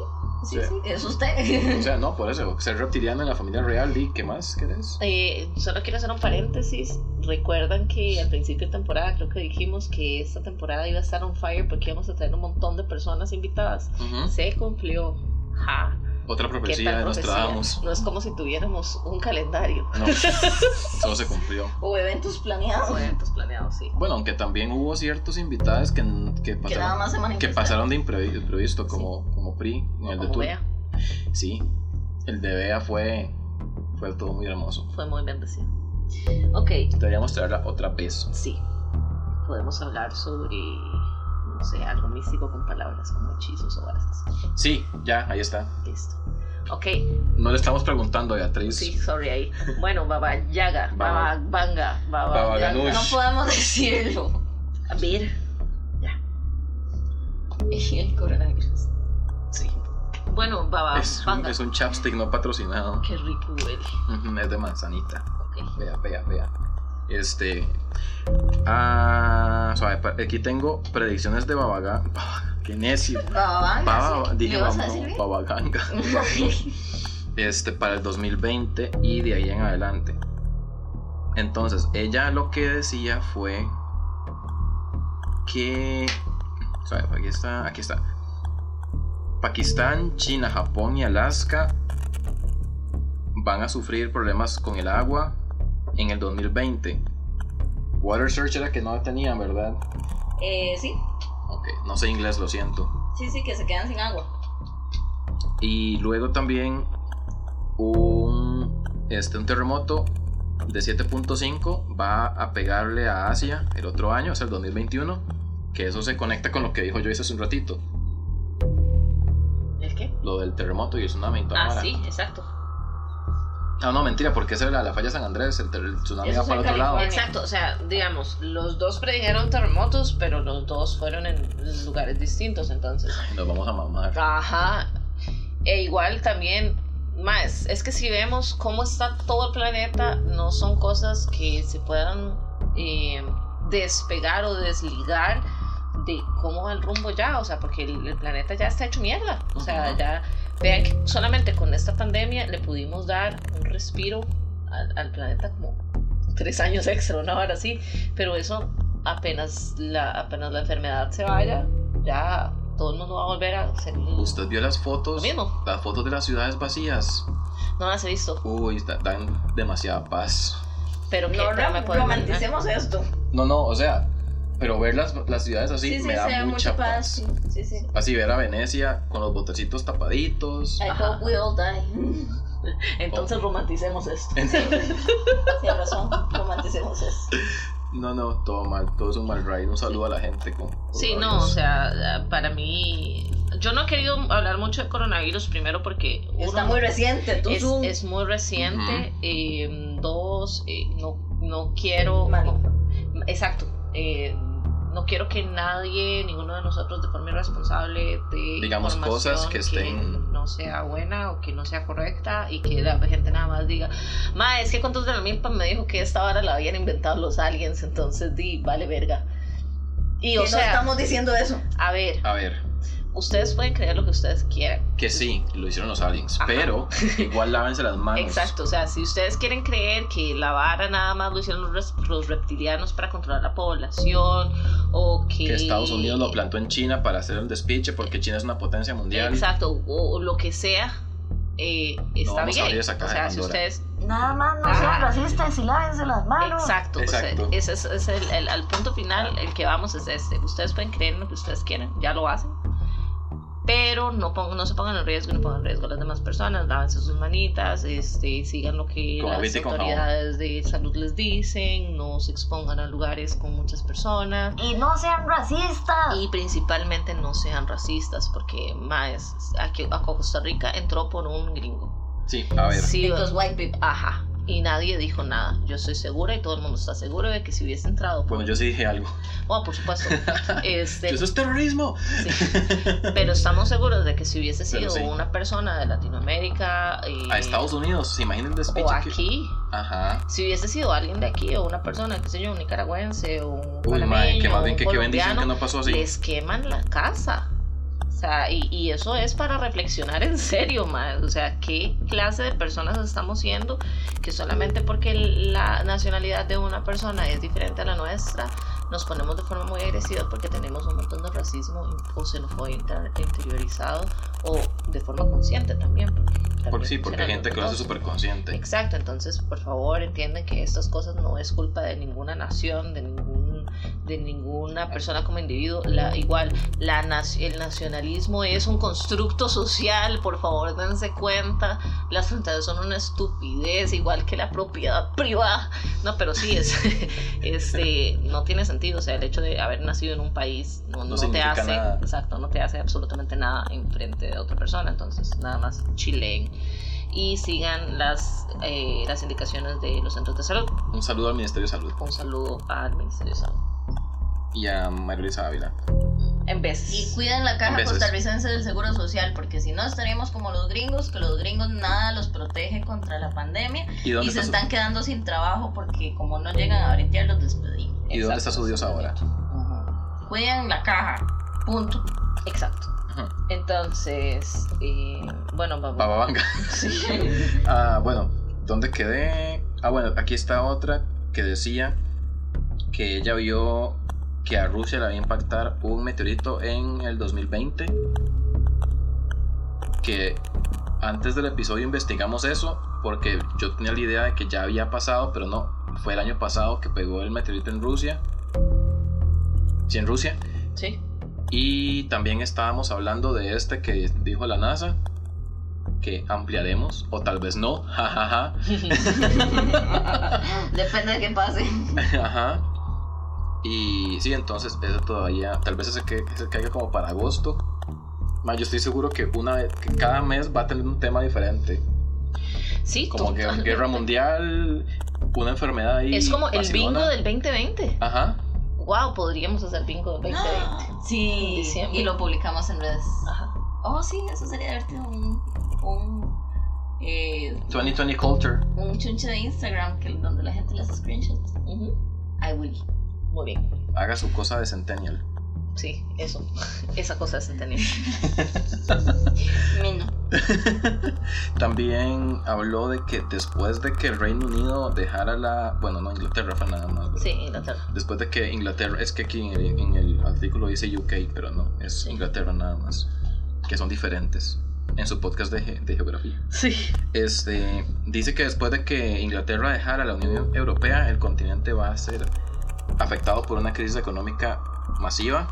Speaker 3: sí,
Speaker 1: Sí.
Speaker 3: sí. Es usted.
Speaker 1: O sea, no, por eso. Ser reptiliano en la familia real, ¿y qué más querés?
Speaker 2: Eh, solo quiero hacer un paréntesis. Recuerdan que al principio de temporada creo que dijimos que esta temporada iba a estar on fire porque íbamos a tener un montón de personas invitadas.
Speaker 1: Ujú.
Speaker 2: Se cumplió. Ja.
Speaker 1: Otra
Speaker 2: ¿Qué
Speaker 1: profecía
Speaker 2: tal
Speaker 1: de
Speaker 2: profecía?
Speaker 1: Nostradamus.
Speaker 2: No es como si tuviéramos un calendario.
Speaker 1: No, todo se cumplió.
Speaker 3: o eventos
Speaker 1: Ah.
Speaker 3: planeados.
Speaker 2: Eventos planeados, sí.
Speaker 1: Bueno, aunque también hubo ciertos invitados que, que
Speaker 3: Que nada
Speaker 1: pasaron,
Speaker 3: más se
Speaker 1: que
Speaker 3: manifiestan.
Speaker 1: pasaron de imprevi- imprevisto, como, como Pri, en el de
Speaker 2: Como
Speaker 1: Tour.
Speaker 2: vea,
Speaker 1: Sí, el de Bea fue, fue todo muy hermoso.
Speaker 2: fue muy bendecido. Ok,
Speaker 1: Deberíamos traerla otra vez.
Speaker 2: sí. Podemos hablar sobre, no sé, algo místico con palabras como hechizos o varas.
Speaker 1: Sí, ya, ahí está.
Speaker 2: Listo. Ok,
Speaker 1: No le estamos preguntando a Beatriz.
Speaker 2: Pues Sí, sorry ahí. Bueno, Baba Yaga, Baba
Speaker 1: Baba-
Speaker 2: Banga, Baba,
Speaker 1: Baba
Speaker 2: Yaga.
Speaker 1: Ganoush.
Speaker 3: No podemos decirlo.
Speaker 2: A ver,
Speaker 3: Y el coronavirus.
Speaker 2: sí. Bueno, Baba
Speaker 1: Es un,
Speaker 2: Banga.
Speaker 1: es un chapstick no patrocinado.
Speaker 2: Qué rico huele.
Speaker 1: Ujú, Es de manzanita.
Speaker 2: Ok.
Speaker 1: Vea, vea, vea. Este. Ah, suave, pa- aquí tengo predicciones de Babaga. Qué necio.
Speaker 3: Bababanga.
Speaker 1: Baba,
Speaker 3: sí.
Speaker 1: dije
Speaker 3: ¿Le vas a
Speaker 1: Baba-
Speaker 3: decir bien?
Speaker 1: Babaganga. este, para el 2020 y de ahí en adelante. Entonces, ella lo que decía fue que... o sea, aquí está, aquí está. Pakistán, China, Japón y Alaska van a sufrir problemas con el agua en el 2020. Water Search era que no tenían, ¿verdad?
Speaker 3: Eh, sí,
Speaker 1: Ok, no sé inglés, lo siento.
Speaker 3: sí, sí, que se quedan sin agua.
Speaker 1: Y luego también un, este, un terremoto de 7.5 va a pegarle a Asia el otro año, o sea, el 2021. Que eso se conecta con lo que dijo Joyce hace un ratito,
Speaker 2: ¿El qué?
Speaker 1: lo del terremoto y el tsunami. y toda
Speaker 2: Ah,
Speaker 1: la vara.
Speaker 2: sí, exacto.
Speaker 1: Ah, no, mentira, porque esa era la falla de San Andrés, el, ter- el tsunami
Speaker 3: Eso
Speaker 1: va
Speaker 3: es
Speaker 1: para
Speaker 3: en
Speaker 1: otro lado.
Speaker 3: California.
Speaker 2: Exacto, o sea, digamos, los dos predijeron terremotos, pero los dos fueron en lugares distintos, entonces.
Speaker 1: Y nos vamos a mamar.
Speaker 2: Ajá. E igual también, más, es que si vemos cómo está todo el planeta, no son cosas que se puedan eh, despegar o desligar de cómo va el rumbo ya, o sea, porque el, el planeta ya está hecho mierda. O sea,
Speaker 1: Ujú.
Speaker 2: ya, vean que solamente con esta pandemia le pudimos dar un respiro al, al planeta como tres años extra, una hora así, pero eso apenas la, apenas la enfermedad se vaya, ya todo el mundo va a volver a ser
Speaker 1: ¿Usted vio las fotos?
Speaker 2: lo mismo.
Speaker 1: Las fotos de las ciudades vacías.
Speaker 2: No las he visto,
Speaker 1: Uy, da- dan demasiada paz.
Speaker 2: pero que
Speaker 3: No
Speaker 2: pero me
Speaker 3: rom-
Speaker 2: puedo imaginar.
Speaker 3: romanticemos esto.
Speaker 1: No, no, o sea, pero ver las, las ciudades así
Speaker 3: Sí, sí,
Speaker 1: me
Speaker 3: se
Speaker 1: da
Speaker 3: ve
Speaker 1: mucha paz.
Speaker 3: Sí, sí, sí.
Speaker 1: Así ver a Venecia con los botecitos tapaditos.
Speaker 3: I
Speaker 2: Ajá.
Speaker 3: hope we all die.
Speaker 2: Entonces romanticemos esto.
Speaker 3: Tienes razón, romanticemos esto.
Speaker 1: No, no, todo mal, todo es un mal ride. Un saludo a la gente con. con
Speaker 2: Sí, no, o
Speaker 1: rayos.
Speaker 2: sea, para mí, yo no he querido hablar mucho de coronavirus primero porque uno,
Speaker 3: Está muy reciente, tú
Speaker 2: es,
Speaker 3: Zoom.
Speaker 2: es muy reciente, eh, dos, eh, no, no quiero,
Speaker 3: Manifa.
Speaker 2: exacto, eh, no quiero que nadie, ninguno de nosotros de forma irresponsable de
Speaker 1: Digamos cosas que estén-
Speaker 2: no sea buena o que no sea correcta y que la gente nada más diga, ma, es que Cuentos de la Milpa me dijo que esta vara la habían inventado los aliens, entonces di, vale verga. Y
Speaker 3: Y
Speaker 2: o
Speaker 3: no
Speaker 2: sea,
Speaker 3: estamos diciendo eso.
Speaker 2: a ver,
Speaker 1: A ver,
Speaker 2: ustedes pueden creer lo que ustedes quieran.
Speaker 1: que sí, lo hicieron los aliens,
Speaker 2: Ajá.
Speaker 1: pero igual lávense las manos.
Speaker 2: Exacto, o sea, si ustedes quieren creer que la vara nada más lo hicieron los, res- los reptilianos para controlar la población o que...
Speaker 1: Que Estados Unidos lo plantó en China para hacer el despiche porque China es una potencia mundial.
Speaker 2: Exacto, o, o lo que sea, eh, está
Speaker 1: vamos a
Speaker 2: bien.
Speaker 1: abrir esa
Speaker 2: o
Speaker 1: caja
Speaker 2: sea,
Speaker 1: de
Speaker 2: si
Speaker 1: Pandora.
Speaker 2: ustedes...
Speaker 3: Nada más
Speaker 2: no sean
Speaker 3: racistas y lávense las
Speaker 2: Exacto, o sea,
Speaker 1: Exacto.
Speaker 2: ese es, es el, el- al punto final, el que vamos es este. Ustedes pueden creer en lo que ustedes quieran, ya lo hacen. Pero no, pong- no se pongan en riesgo, no pongan en riesgo a las demás personas, lávense sus manitas, este, sigan lo que
Speaker 1: Con
Speaker 2: las
Speaker 1: agüita y con jabón.
Speaker 2: autoridades de salud les dicen, no se expongan a lugares con muchas personas
Speaker 3: Y no sean racistas.
Speaker 2: y principalmente no sean racistas, porque más aquí a Costa Rica entró por un gringo.
Speaker 1: Sí, a ver.
Speaker 2: Sí,
Speaker 3: Because white people.
Speaker 2: Ajá. Y nadie dijo nada. Yo estoy segura y todo el mundo está seguro de que si hubiese entrado.
Speaker 1: Bueno, yo sí dije algo.
Speaker 2: Bueno, por supuesto. Este,
Speaker 1: Eso es terrorismo.
Speaker 2: sí. Pero estamos seguros de que si hubiese
Speaker 1: Pero
Speaker 2: sido
Speaker 1: sí. Ah,
Speaker 2: una persona de Latinoamérica eh,
Speaker 1: A Estados Unidos, se imagina el despiche.
Speaker 2: o
Speaker 1: que-
Speaker 2: aquí,
Speaker 1: Ajá.
Speaker 2: Si hubiese sido alguien de aquí o una persona, qué sé yo, un nicaragüense o un
Speaker 1: Uy, mae, que
Speaker 2: panameño,
Speaker 1: más bien
Speaker 2: un
Speaker 1: que, que bendición que
Speaker 2: colombiano,
Speaker 1: no pasó así.
Speaker 2: les queman la casa. O sea, y, y eso es para reflexionar en serio, mae. O sea, ¿qué clase de personas estamos siendo que solamente porque la nacionalidad de una persona es diferente a la nuestra, nos ponemos de forma muy agresiva porque tenemos un montón de racismo o xenofobia inter- interiorizado o de forma consciente también? porque también
Speaker 1: Por, sí, porque hay
Speaker 2: funciona
Speaker 1: gente que lo hace
Speaker 2: los dos.
Speaker 1: súper consciente.
Speaker 2: Exacto, entonces por favor entienden que estas cosas no es culpa de ninguna nación, de ningún de ninguna persona como individuo, la, igual la nac- el nacionalismo es un constructo social, por favor dense cuenta, las fronteras son una estupidez, igual que la propiedad privada, no, pero sí es, este, no tiene sentido, o sea, el hecho de haber nacido en un país no, no te
Speaker 1: significa
Speaker 2: hace,
Speaker 1: nada.
Speaker 2: exacto, no te hace absolutamente nada en frente de otra persona, entonces nada más chileen y sigan las, eh, las indicaciones de los centros de salud.
Speaker 1: Un saludo al Ministerio de Salud
Speaker 2: Un saludo al Ministerio de Salud.
Speaker 1: y a María Luisa Ávila.
Speaker 2: En
Speaker 3: Y
Speaker 2: vez.
Speaker 3: cuiden la caja
Speaker 1: Veces.
Speaker 3: costarricense del Seguro Social, porque si no estaríamos como los gringos, que los gringos nada los protege contra la pandemia
Speaker 1: ¿Y dónde
Speaker 3: y se
Speaker 1: está su-
Speaker 3: están quedando sin trabajo porque como no llegan a bretear los despedimos.
Speaker 1: ¿Y dónde está su Dios ahora?
Speaker 3: Cuiden la caja, punto.
Speaker 2: Exacto.
Speaker 1: Ajá.
Speaker 2: Entonces, eh, bueno, vamos.
Speaker 1: Baba Vanga. Ah, bueno, ¿dónde quedé? Ah, bueno, aquí está otra que decía que ella vio que a Rusia le había impactar un meteorito en el 2020. Que antes del episodio investigamos eso porque yo tenía la idea de que ya había pasado, pero no, fue el año pasado que pegó el meteorito en Rusia. Sí, en Rusia.
Speaker 2: Sí.
Speaker 1: Y también estábamos hablando de este que dijo la NASA, que ampliaremos, o tal vez no, jajaja.
Speaker 3: Depende de qué pase.
Speaker 1: Ajá. Y sí, entonces eso todavía, tal vez ese que se caiga como para agosto. Ma, yo estoy seguro que una vez, que cada mes va a tener un tema diferente,
Speaker 2: Sí,
Speaker 1: como que
Speaker 2: totalmente.
Speaker 1: guerra mundial, una enfermedad ahí.
Speaker 2: Es como el
Speaker 1: vacilona.
Speaker 2: bingo del 2020.
Speaker 1: Ajá.
Speaker 2: Wow, podríamos hacer bingo del 2020. En
Speaker 3: Sí,
Speaker 2: diciembre.
Speaker 3: y lo publicamos en redes.
Speaker 2: Ajá.
Speaker 3: Oh, sí, eso sería divertido. Un, un, eh,
Speaker 1: 2020 culture.
Speaker 3: un chunche de Instagram que, donde la gente le hace screenshots.
Speaker 2: Ujú.
Speaker 3: I will.
Speaker 2: Muy bien.
Speaker 1: Haga su cosa de centennial.
Speaker 2: Sí, eso. Esa cosa se tenía.
Speaker 3: Mino.
Speaker 1: También habló de que después de que el Reino Unido dejara la. Bueno, no, Inglaterra fue nada más. ¿verdad?
Speaker 2: Sí, Inglaterra.
Speaker 1: Después de que Inglaterra. Es que aquí en el, en el artículo dice UK, pero no, es Inglaterra nada más. Que son diferentes en su podcast de, ge- de geografía.
Speaker 2: Sí.
Speaker 1: Este, dice que después de que Inglaterra dejara la Unión Europea, el continente va a ser afectado por una crisis económica masiva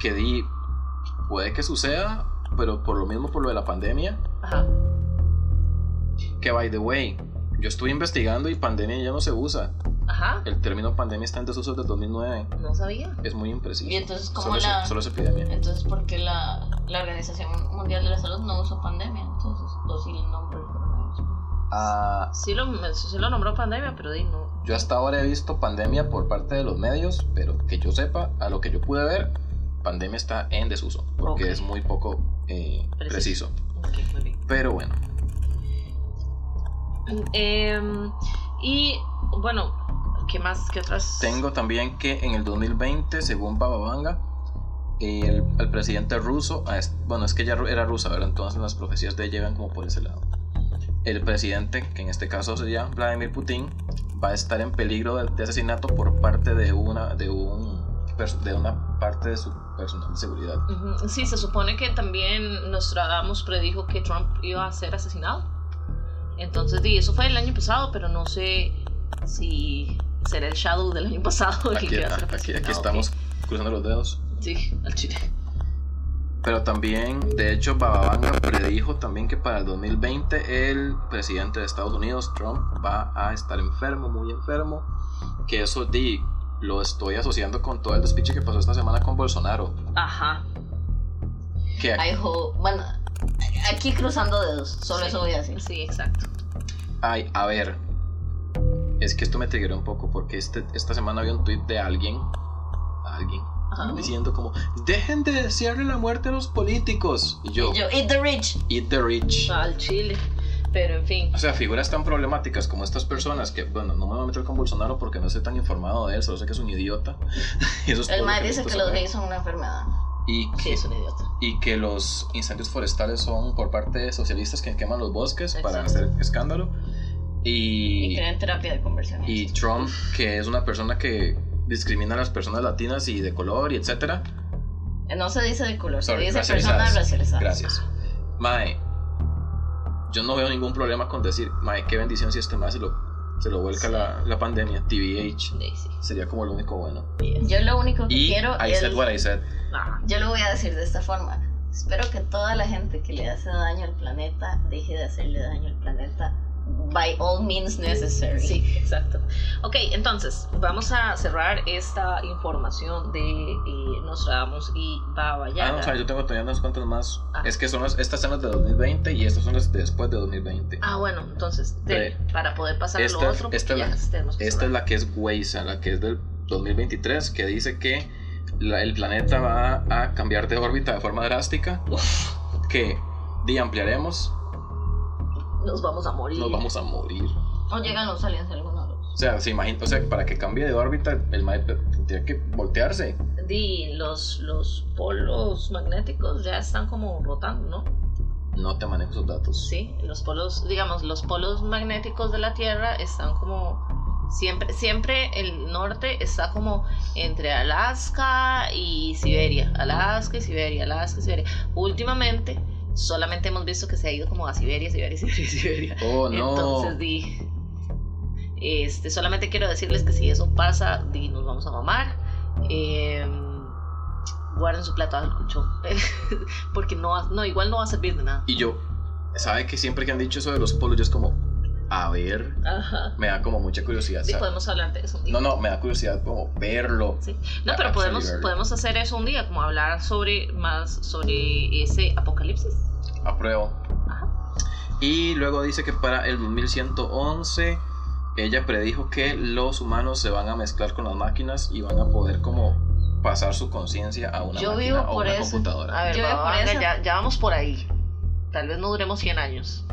Speaker 1: que di, puede que suceda, pero por lo mismo por lo de la pandemia,
Speaker 2: Ajá.
Speaker 1: que by the way, yo estuve investigando y pandemia ya no se usa.
Speaker 2: Ajá.
Speaker 1: El término pandemia está en desuso desde 2009.
Speaker 2: No sabía.
Speaker 1: Es muy impreciso.
Speaker 3: Y entonces, ¿cómo
Speaker 1: solo,
Speaker 3: la-
Speaker 1: es, e- solo es epidemia.
Speaker 3: Entonces, ¿por qué la, la Organización Mundial de la Salud no usó pandemia? Entonces, o sí el nombre del coronavirus.
Speaker 1: Ah,
Speaker 2: Sí lo, sí lo nombró pandemia, pero di no.
Speaker 1: yo hasta ahora he visto pandemia por parte de los medios, pero que yo sepa, a lo que yo pude ver, pandemia está en desuso, porque
Speaker 2: Ok.
Speaker 1: es muy poco eh,
Speaker 2: Preciso.
Speaker 1: preciso.
Speaker 2: Ok, muy bien.
Speaker 1: Pero bueno,
Speaker 2: Em, y bueno, ¿qué más? ¿Qué otras?
Speaker 1: tengo también que en el 2020, según Bababanga, el, el presidente ruso, ah, es- bueno, es que ella ru- era rusa, ¿verdad? Entonces las profecías de ella llegan como por ese lado. El presidente, que en este caso sería Vladimir Putin, va a estar en peligro de, de asesinato por parte de una, de, un, pers- de una parte de su personal de seguridad.
Speaker 2: Ujú, Sí, se supone que también Nostradamus predijo que Trump iba a ser asesinado. Entonces, di, eso fue el año pasado, pero no sé si será el shadow del año pasado el
Speaker 1: Aquí,
Speaker 2: que iba a ser
Speaker 1: aquí- aquí
Speaker 2: asesinado,
Speaker 1: estamos
Speaker 2: ok.
Speaker 1: cruzando los dedos.
Speaker 2: Sí, al chile.
Speaker 1: Pero también, de hecho, Bababanga predijo también que para el 2020 el presidente de Estados Unidos, Trump, va a estar enfermo, muy enfermo. Que eso di, lo estoy asociando con todo el despiche que pasó esta semana con Bolsonaro.
Speaker 2: Ajá.
Speaker 1: Que
Speaker 3: I hope- Bueno, aquí cruzando dedos, solo
Speaker 2: Sí.
Speaker 3: eso voy a decir.
Speaker 2: Sí, exacto.
Speaker 1: Ay, a ver. Es que esto me triggeró un poco porque este, esta semana había un tweet de alguien. Alguien.
Speaker 2: Ajá.
Speaker 1: Diciendo como, dejen de desearle la muerte a los políticos. Y yo, Ah.
Speaker 3: Yo, eat the rich.
Speaker 1: eat the rich.
Speaker 2: Al chile. Pero en fin.
Speaker 1: O sea, figuras tan problemáticas como estas personas que, bueno, no me voy a meter con Bolsonaro porque no estoy tan informado de él, solo sé que es un idiota. y eso es todo
Speaker 3: El
Speaker 1: lo
Speaker 3: mae
Speaker 1: que
Speaker 3: dice
Speaker 1: necesito
Speaker 3: que los
Speaker 1: saber.
Speaker 3: gays son una enfermedad.
Speaker 1: Y
Speaker 3: Sí,
Speaker 1: que,
Speaker 3: es un idiota.
Speaker 1: y que los incendios forestales son por parte de socialistas que queman los bosques para hacer
Speaker 3: Exacto.
Speaker 1: escándalo.
Speaker 3: Y,
Speaker 1: Y,
Speaker 3: creen en terapia de conversión.
Speaker 1: y Trump, que es una persona que discrimina a las personas latinas y de color y etcétera.
Speaker 3: Eh, No se dice de color,
Speaker 1: Sorry,
Speaker 3: se dice
Speaker 1: racializadas.
Speaker 3: personas racializadas.
Speaker 1: Gracias. Mae, yo no veo ningún problema con decir, Mae, qué bendición si este mae se lo, se lo vuelca
Speaker 3: Sí.
Speaker 1: la, la pandemia, TBH.
Speaker 2: Sí, sí.
Speaker 1: Sería como lo único bueno.
Speaker 3: Yo lo único que
Speaker 1: Y
Speaker 3: quiero
Speaker 1: I
Speaker 3: es.
Speaker 1: said what I said.
Speaker 2: Ah,
Speaker 3: Yo lo voy a decir de esta forma. Espero que toda la gente que le hace daño al planeta deje de hacerle daño al planeta by all means necessary.
Speaker 2: sí, exacto. Ok, entonces vamos a cerrar esta información de eh, Nostradamus y Baba
Speaker 1: Ah, no,
Speaker 2: Yaga.
Speaker 1: o sea, yo tengo todavía unas cuantas más.
Speaker 2: Ah.
Speaker 1: Es que son las, estas son las de 2020 y estas son las de después de 2020.
Speaker 2: Ah, bueno, entonces, de- para poder pasar a
Speaker 1: Esta-
Speaker 2: lo otro, porque
Speaker 1: esta
Speaker 2: ya
Speaker 1: la-
Speaker 2: tenemos
Speaker 1: Esta
Speaker 2: que
Speaker 1: es
Speaker 2: cerrar.
Speaker 1: la que es Weisa, la que es del 2023, que dice que la- el planeta va a cambiar de órbita de forma drástica, que de ampliaremos,
Speaker 2: Nos vamos a morir.
Speaker 1: nos vamos a morir.
Speaker 3: O llegan los aliens algunos. de los-
Speaker 1: O sea, se imagina, o sea, para que cambie de órbita, el maestro tendría que voltearse.
Speaker 2: Di, los, los polos magnéticos ya están como rotando, ¿no?
Speaker 1: No te manejo esos datos.
Speaker 2: Sí, los polos, digamos, los polos magnéticos de la Tierra están como siempre, siempre el norte está como entre Alaska y Siberia, Alaska y Siberia, Alaska y Siberia. Últimamente solamente hemos visto que se ha ido como a Siberia, Siberia, Siberia, Siberia.
Speaker 1: Oh, no.
Speaker 2: Entonces di, este, solamente quiero decirles que si eso pasa, di, nos vamos a mamar. Em, guarden su plato al colchón, porque no, va- no, igual no va a servir de nada.
Speaker 1: Y yo, ¿sabe que siempre que han dicho eso de los polos, yo es como, a ver,
Speaker 2: Ajá.
Speaker 1: me da como mucha curiosidad.
Speaker 2: Sí,
Speaker 1: ¿sabe?
Speaker 2: podemos hablar de eso un día.
Speaker 1: No, no, me da curiosidad como verlo.
Speaker 2: Sí. No, pero podemos,
Speaker 1: Absolutely.
Speaker 2: podemos hacer eso un día, como hablar sobre más sobre ese apocalipsis.
Speaker 1: Apruebo.
Speaker 2: Ajá.
Speaker 1: Y luego dice que para el 2111 ella predijo que los humanos se van a mezclar con las máquinas y van a poder como pasar su conciencia a una
Speaker 3: Yo
Speaker 1: máquina
Speaker 3: vivo
Speaker 1: o
Speaker 3: por
Speaker 1: una
Speaker 3: eso.
Speaker 1: computadora.
Speaker 2: A ver,
Speaker 3: Yo voy
Speaker 2: va-
Speaker 3: por
Speaker 2: venga,
Speaker 3: esa.
Speaker 2: ya, ya vamos por ahí. Tal vez no duremos 100 años.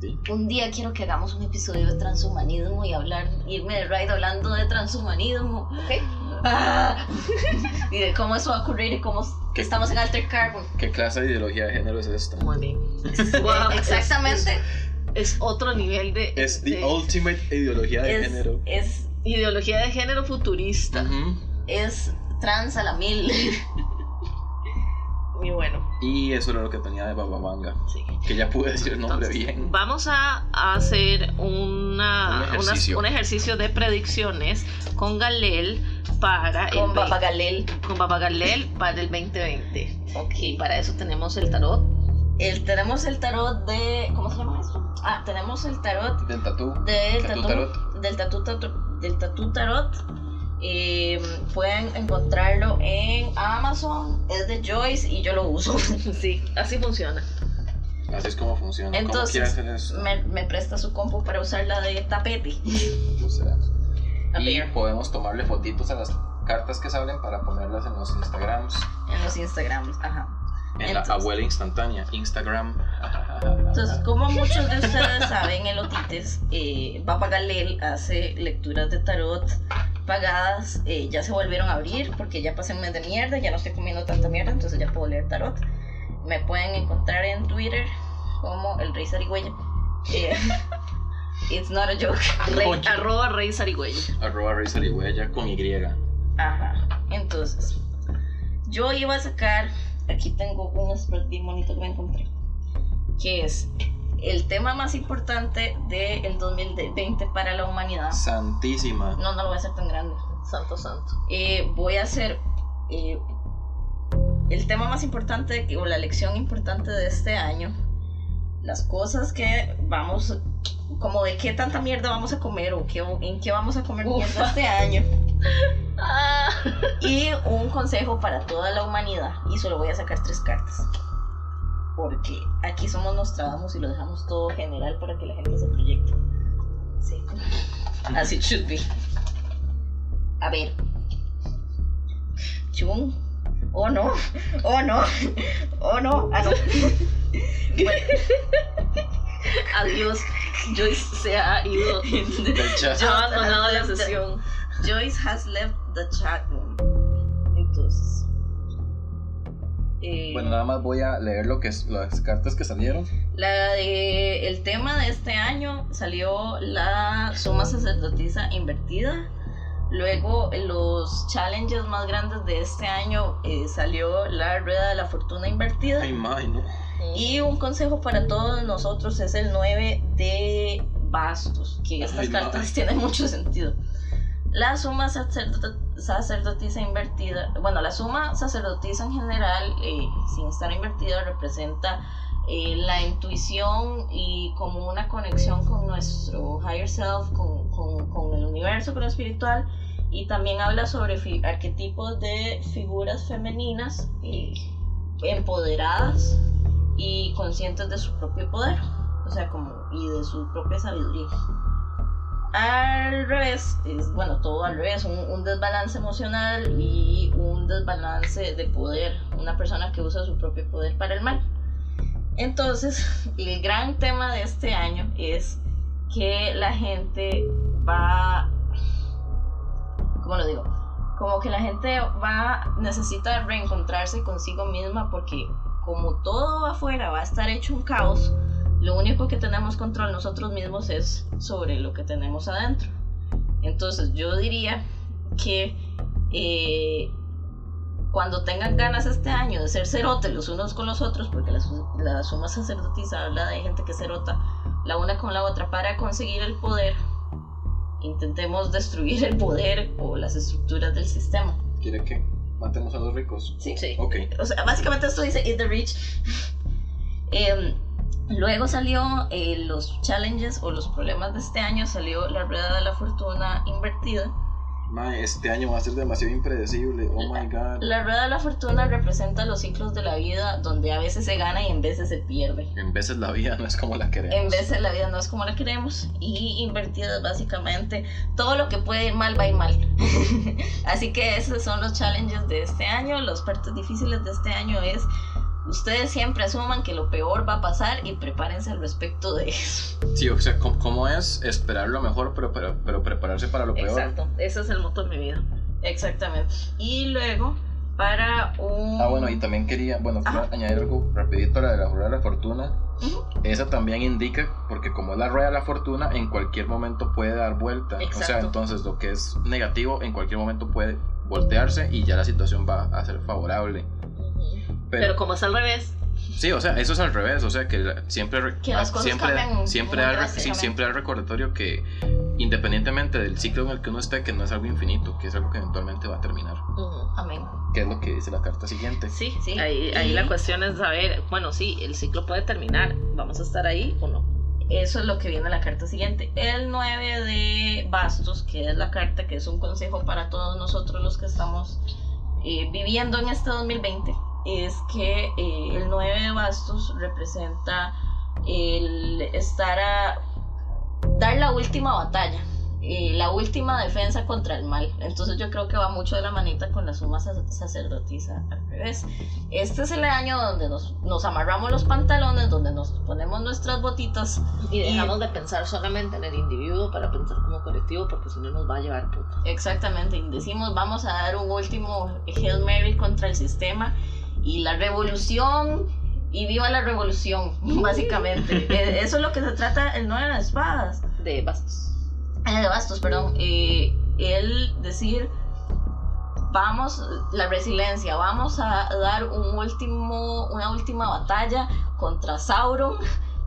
Speaker 1: Sí.
Speaker 3: Un día quiero que hagamos un episodio de transhumanismo y hablar, irme de ride hablando de transhumanismo.
Speaker 2: ¿Ok?
Speaker 3: Ah, y de cómo eso va a ocurrir y cómo
Speaker 1: ¿Qué?
Speaker 3: estamos en Alter Carbon.
Speaker 1: ¿Qué clase de ideología de género es esta?
Speaker 2: Muy bien. Es-
Speaker 3: Exactamente.
Speaker 2: Es, es otro nivel de,
Speaker 1: Es
Speaker 2: de
Speaker 1: the ultimate ideología de
Speaker 3: Es,
Speaker 1: género.
Speaker 3: es,
Speaker 2: ideología de género futurista.
Speaker 1: Ujú.
Speaker 3: es trans a la mil.
Speaker 2: Y bueno,
Speaker 1: Y eso era lo que tenía de Bababanga.
Speaker 2: sí.
Speaker 1: Que ya pude decir el nombre
Speaker 2: Entonces,
Speaker 1: bien.
Speaker 2: Vamos a hacer una,
Speaker 1: Un
Speaker 2: unas-
Speaker 1: ejercicio.
Speaker 2: un ejercicio de predicciones con Galel para el vein-
Speaker 3: Con Papa Galil.
Speaker 2: con Papa Galel para el 2020. Y
Speaker 3: Ok.
Speaker 2: para eso tenemos el tarot.
Speaker 3: El, tenemos el tarot de. ¿Cómo se llama esto? Ah, tenemos el tarot
Speaker 1: Del tatú.
Speaker 3: del
Speaker 1: Tatú
Speaker 3: tatú,
Speaker 1: tarot.
Speaker 3: Del tatú, tatu- del tatú tarot. Eh, pueden encontrarlo en Amazon. Es de Joyce y yo lo uso.
Speaker 2: Sí, así funciona.
Speaker 1: Así es como funciona. ¿Cómo
Speaker 3: Entonces,
Speaker 1: quieres hacer eso?
Speaker 3: Me, me presta su compu para usarla de tapete.
Speaker 1: No sé.
Speaker 3: A
Speaker 1: Y
Speaker 3: ver.
Speaker 1: podemos tomarle fotitos a las cartas que salen para ponerlas en los Instagrams.
Speaker 3: En los Instagrams. Ajá.
Speaker 1: En
Speaker 3: Entonces-
Speaker 1: la abuela instantánea. Instagram.
Speaker 3: Entonces, como muchos de ustedes saben, el Otites, eh, Papa Galel hace lecturas de tarot pagadas. eh, ya se volvieron a abrir porque ya pasé un mes de mierda, ya no estoy comiendo tanta mierda, entonces ya puedo leer tarot. Me pueden encontrar en Twitter como el Rey Sarigüeya. Eh, it's not a joke.
Speaker 2: Rey-
Speaker 1: Oye.
Speaker 2: arroba Rey Sarigüeya.
Speaker 1: Arroba Rey Sarigüeya con Y.
Speaker 3: Ajá. Entonces, yo iba a sacar, aquí tengo un spread bien bonito que me encontré, que es el tema más importante del 2020 para la humanidad.
Speaker 1: Santísima.
Speaker 3: No, no lo voy a hacer tan grande.
Speaker 2: Santo, santo.
Speaker 3: Eh, voy a hacer eh, el tema más importante que- o la lección importante de este año. Las cosas que vamos, como de qué tanta mierda vamos a comer o qué, en qué vamos a comer
Speaker 2: Ufa.
Speaker 3: mierda este año.
Speaker 2: Ah.
Speaker 3: Y un consejo para toda la humanidad. Y solo voy a sacar tres cartas. Porque aquí somos Nostradamus y lo dejamos todo general para que la gente se proyecte. Sí. As it should be. A ver. Chun. Oh no. Oh no. Oh no. Ah, no. Bueno.
Speaker 2: Adiós. Joyce se ha ido.
Speaker 1: Del chat.
Speaker 2: Yo he abandonado la
Speaker 3: Has left the-
Speaker 2: sesión.
Speaker 3: Joyce has left the chat room. Entonces. eh,
Speaker 1: Bueno, nada más voy a leer lo que es, las cartas que salieron.
Speaker 3: La de el tema de este año salió la suma sacerdotisa invertida. Luego en los challenges más grandes de este año eh, salió la rueda de la fortuna invertida.
Speaker 1: Ay, madre, no.
Speaker 3: Y un consejo para todos nosotros es el 9 de bastos, que estas
Speaker 1: Ay,
Speaker 3: cartas
Speaker 1: madre.
Speaker 3: tienen mucho sentido. La suma sacerdo- sacerdotisa invertida, bueno, la suma sacerdotisa en general, eh, sin estar invertida, representa eh, la intuición y como una conexión con nuestro higher self, con, con- con el universo, con lo espiritual. Y también habla sobre fi- arquetipos de figuras femeninas eh, empoderadas y conscientes de su propio poder, o sea, como y de su propia sabiduría. Al revés, es bueno, todo al revés, un, un desbalance emocional y un desbalance de poder, una persona que usa su propio poder para el mal. Entonces, el gran tema de este año es que la gente va, ¿cómo lo digo? Como que la gente va, necesita reencontrarse consigo misma porque como todo afuera va a estar hecho un caos, lo único que tenemos control nosotros mismos es sobre lo que tenemos adentro. Entonces yo diría que eh, cuando tengan ganas este año de ser cerotes los unos con los otros, porque la, su- la suma sacerdotisa habla de gente que cerota la una con la otra para conseguir el poder, intentemos destruir el poder o las estructuras del sistema.
Speaker 1: ¿Quiere que matemos a los ricos?
Speaker 2: Sí.
Speaker 1: Ok.
Speaker 3: O sea, básicamente esto dice Eat the Rich. Em, luego salió eh, los challenges o los problemas de este año. Salió la rueda de la fortuna invertida.
Speaker 1: Mae, este año va a ser demasiado impredecible. Oh my god.
Speaker 3: La rueda de la fortuna representa los ciclos de la vida donde a veces se gana y en veces se pierde.
Speaker 1: En veces la vida no es como la queremos.
Speaker 3: En veces la vida no es como la queremos. Y invertida es básicamente todo lo que puede ir mal va a ir mal. Así que esos son los challenges de este año. Los partes difíciles de este año es ustedes siempre asuman que lo peor va a pasar y prepárense al respecto de eso.
Speaker 1: Sí, o sea, ¿cómo, cómo es esperar lo mejor, pero, pero, pero prepararse para lo peor?
Speaker 3: Exacto,
Speaker 2: Ese es el moto de mi vida.
Speaker 3: exactamente. Y luego para un
Speaker 1: Ah, bueno, y también quería, bueno, quiero
Speaker 3: Ajá.
Speaker 1: añadir algo rapidito a la de la rueda de la fortuna.
Speaker 3: Ujú.
Speaker 1: Esa también indica, porque como es la rueda de la fortuna, en cualquier momento puede dar vuelta. O sea,
Speaker 3: Exacto.
Speaker 1: entonces lo que es negativo, en cualquier momento puede voltearse y ya la situación va a ser favorable.
Speaker 2: Pero,
Speaker 1: Pero,
Speaker 2: como es al revés,
Speaker 1: sí, o sea, eso es al revés, o sea, que la- siempre re- ah,
Speaker 3: Que las cosas
Speaker 1: siempre
Speaker 3: cambian
Speaker 1: siempre
Speaker 3: muy
Speaker 1: da re- sí,
Speaker 3: drásticamente.
Speaker 1: siempre da recordatorio que independientemente del ciclo en el que uno esté, que no es algo infinito, que es algo que eventualmente va a terminar,
Speaker 3: amén.
Speaker 1: que es lo que dice la carta siguiente.
Speaker 2: sí,
Speaker 3: Sí.
Speaker 2: Ahí, ahí
Speaker 3: Y-
Speaker 2: la cuestión es saber, bueno, sí, el ciclo puede terminar, ¿vamos a estar ahí o no?
Speaker 3: Eso es lo que viene en la carta siguiente. El 9 de bastos, que es la carta que es un consejo para todos nosotros los que estamos eh, viviendo en este 2020, es que eh, el 9 de bastos representa el estar a dar la última batalla, eh, la última defensa contra el mal. Entonces yo creo que va mucho de la manita con la suma sac- sacerdotisa al revés. Este es el año donde nos, nos amarramos los pantalones, donde nos ponemos nuestras botitas
Speaker 2: Y dejamos de pensar solamente en el individuo para pensar como colectivo, porque si no nos va a llevar puta.
Speaker 3: Exactamente, y decimos vamos a dar un último Hail Mary contra el sistema y la revolución y viva la revolución, básicamente. Eh, Eso es lo que se trata el 9 de las espadas,
Speaker 2: De bastos.
Speaker 3: eh, de bastos, perdón. Eh, el decir vamos, la resiliencia, vamos a dar un último, una última batalla contra Sauron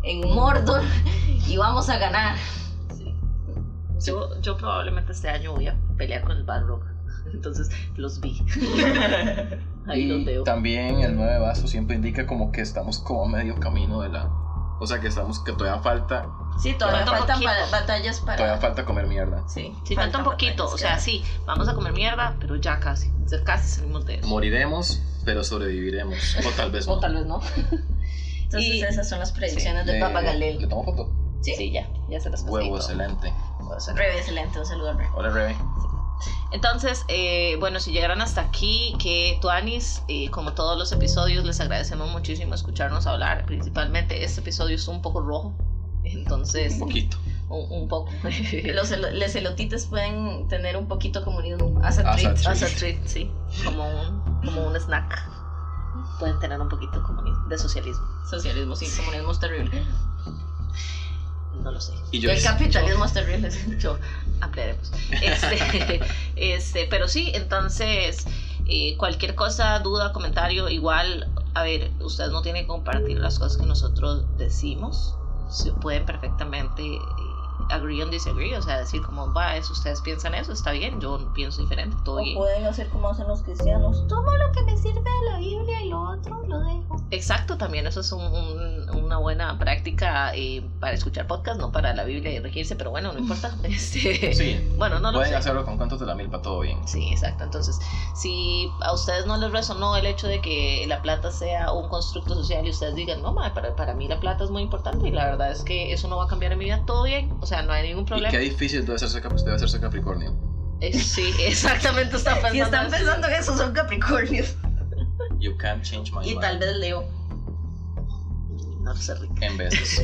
Speaker 3: en Mordor y vamos a ganar.
Speaker 2: Sí. Yo, yo probablemente este año voy a pelear con el Bad Rock. Entonces los vi. Ahí los
Speaker 1: Y
Speaker 2: veo.
Speaker 1: también el 9 de vaso siempre indica como que estamos como a medio camino de la... O sea, que estamos que todavía falta,
Speaker 3: Sí, todavía
Speaker 2: Falta
Speaker 3: faltan
Speaker 2: poquito.
Speaker 3: ba- batallas para...
Speaker 1: todavía falta comer mierda.
Speaker 3: Sí,
Speaker 2: Sí, falta un poquito, o sea, sí, vamos a comer mierda, pero ya casi, o sea, casi salimos de eso.
Speaker 1: Moriremos, pero sobreviviremos. O tal vez no.
Speaker 3: O tal vez no. Entonces,
Speaker 2: Y-
Speaker 3: esas son las predicciones
Speaker 1: Le-
Speaker 3: del Papa Galel.
Speaker 1: Le tomo foto.
Speaker 3: Sí,
Speaker 2: Sí, ya, ya se las pasé. y
Speaker 1: Huevo,
Speaker 2: todo.
Speaker 1: excelente.
Speaker 3: Rebe, excelente, un saludo al Rebe.
Speaker 1: Hola, Rebe.
Speaker 2: Entonces, eh, bueno, si llegaron hasta aquí, que Tuanis, eh, como todos los episodios, les agradecemos muchísimo escucharnos hablar. Principalmente este episodio es un poco rojo. Entonces,
Speaker 1: un poquito.
Speaker 2: un, un poco.
Speaker 3: Los celo- les elotites pueden tener un poquito de comunismo. As
Speaker 1: As
Speaker 3: a
Speaker 1: a
Speaker 3: treat.
Speaker 1: treat.
Speaker 2: As a treat, sí. Como un, como un snack. Pueden tener un poquito como de socialismo.
Speaker 3: Socialismo, sí, comunismo es terrible.
Speaker 2: No lo sé.
Speaker 1: Y yo,
Speaker 3: el capitalismo es terrible.
Speaker 2: Yo ampliaremos. Este, este, pero sí, entonces, eh, cualquier cosa, duda, comentario, igual, a ver, ustedes no tienen que compartir las cosas que nosotros decimos. Se pueden perfectamente eh, agree and disagree, o sea, decir como, va, eso, ustedes piensan eso, está bien, yo pienso diferente, todo bien.
Speaker 3: O pueden hacer como hacen los cristianos. Tomo lo que me sirve de la Biblia y lo otro lo dejo.
Speaker 2: Exacto, también eso es un- un- una buena práctica eh, para escuchar podcast, no para la Biblia y regirse, pero bueno, no importa. Este,
Speaker 1: Sí,
Speaker 2: Bueno, no lo
Speaker 1: pueden
Speaker 2: sé.
Speaker 1: hacerlo con cuentos de la milpa, todo bien.
Speaker 2: Sí, exacto. Entonces, si a ustedes no les resonó el hecho de que la plata sea un constructo social y ustedes digan, no, madre, para, para mí la plata es muy importante y la verdad es que eso no va a cambiar en mi vida, todo bien, o sea, no hay ningún
Speaker 1: Y
Speaker 2: problema.
Speaker 1: qué difícil debe ser ser, cap- debe ser ser Capricornio.
Speaker 2: Eh, sí, exactamente está pensando.
Speaker 3: Si están
Speaker 2: eso.
Speaker 3: pensando que esos son Capricornios.
Speaker 1: You can't change my
Speaker 3: Y
Speaker 1: mind.
Speaker 3: tal vez Leo.
Speaker 2: No sé, Rick.
Speaker 1: En veces.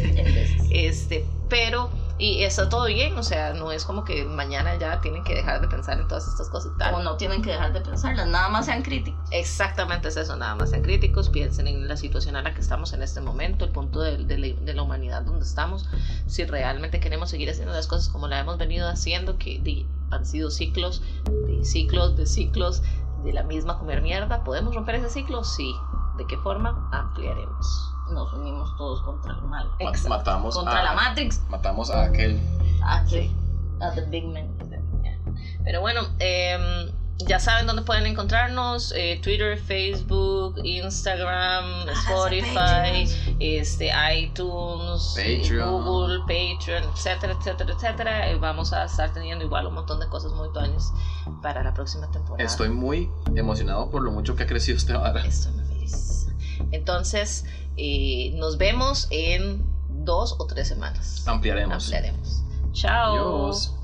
Speaker 2: Este, pero, y está todo bien, o sea, no es como que mañana ya tienen que dejar de pensar en todas estas cosas y tal.
Speaker 3: O no tienen que dejar de pensarlas, nada más sean críticos.
Speaker 2: Exactamente es eso, nada más sean críticos, piensen en la situación en la que estamos en este momento, el punto de, de la, de la humanidad donde estamos, si realmente queremos seguir haciendo las cosas como la hemos venido haciendo, que di- han sido ciclos, de ciclos, de ciclos, de la misma comer mierda, ¿podemos romper ese ciclo? Sí. ¿De qué forma? Ampliaremos.
Speaker 3: Nos unimos todos contra el mal.
Speaker 1: Ma-
Speaker 2: Exacto.
Speaker 1: matamos
Speaker 3: Contra
Speaker 1: a,
Speaker 3: la Matrix.
Speaker 1: Matamos a aquel.
Speaker 3: Aquí. A The Big Man.
Speaker 2: Pero bueno, em, ya saben dónde pueden encontrarnos, eh, Twitter, Facebook, Instagram, Spotify. este, iTunes,
Speaker 1: Patreon.
Speaker 2: Google, Patreon, etcétera, etcétera, etcétera. Eh, Vamos a estar teniendo igual un montón de cosas muy tuanes para la próxima temporada.
Speaker 1: Estoy muy emocionado por lo mucho que ha crecido este vara.
Speaker 2: Estoy muy feliz. Entonces, eh, nos vemos en dos o tres semanas.
Speaker 1: Ampliaremos.
Speaker 2: Ampliaremos. Chao.
Speaker 1: Adiós.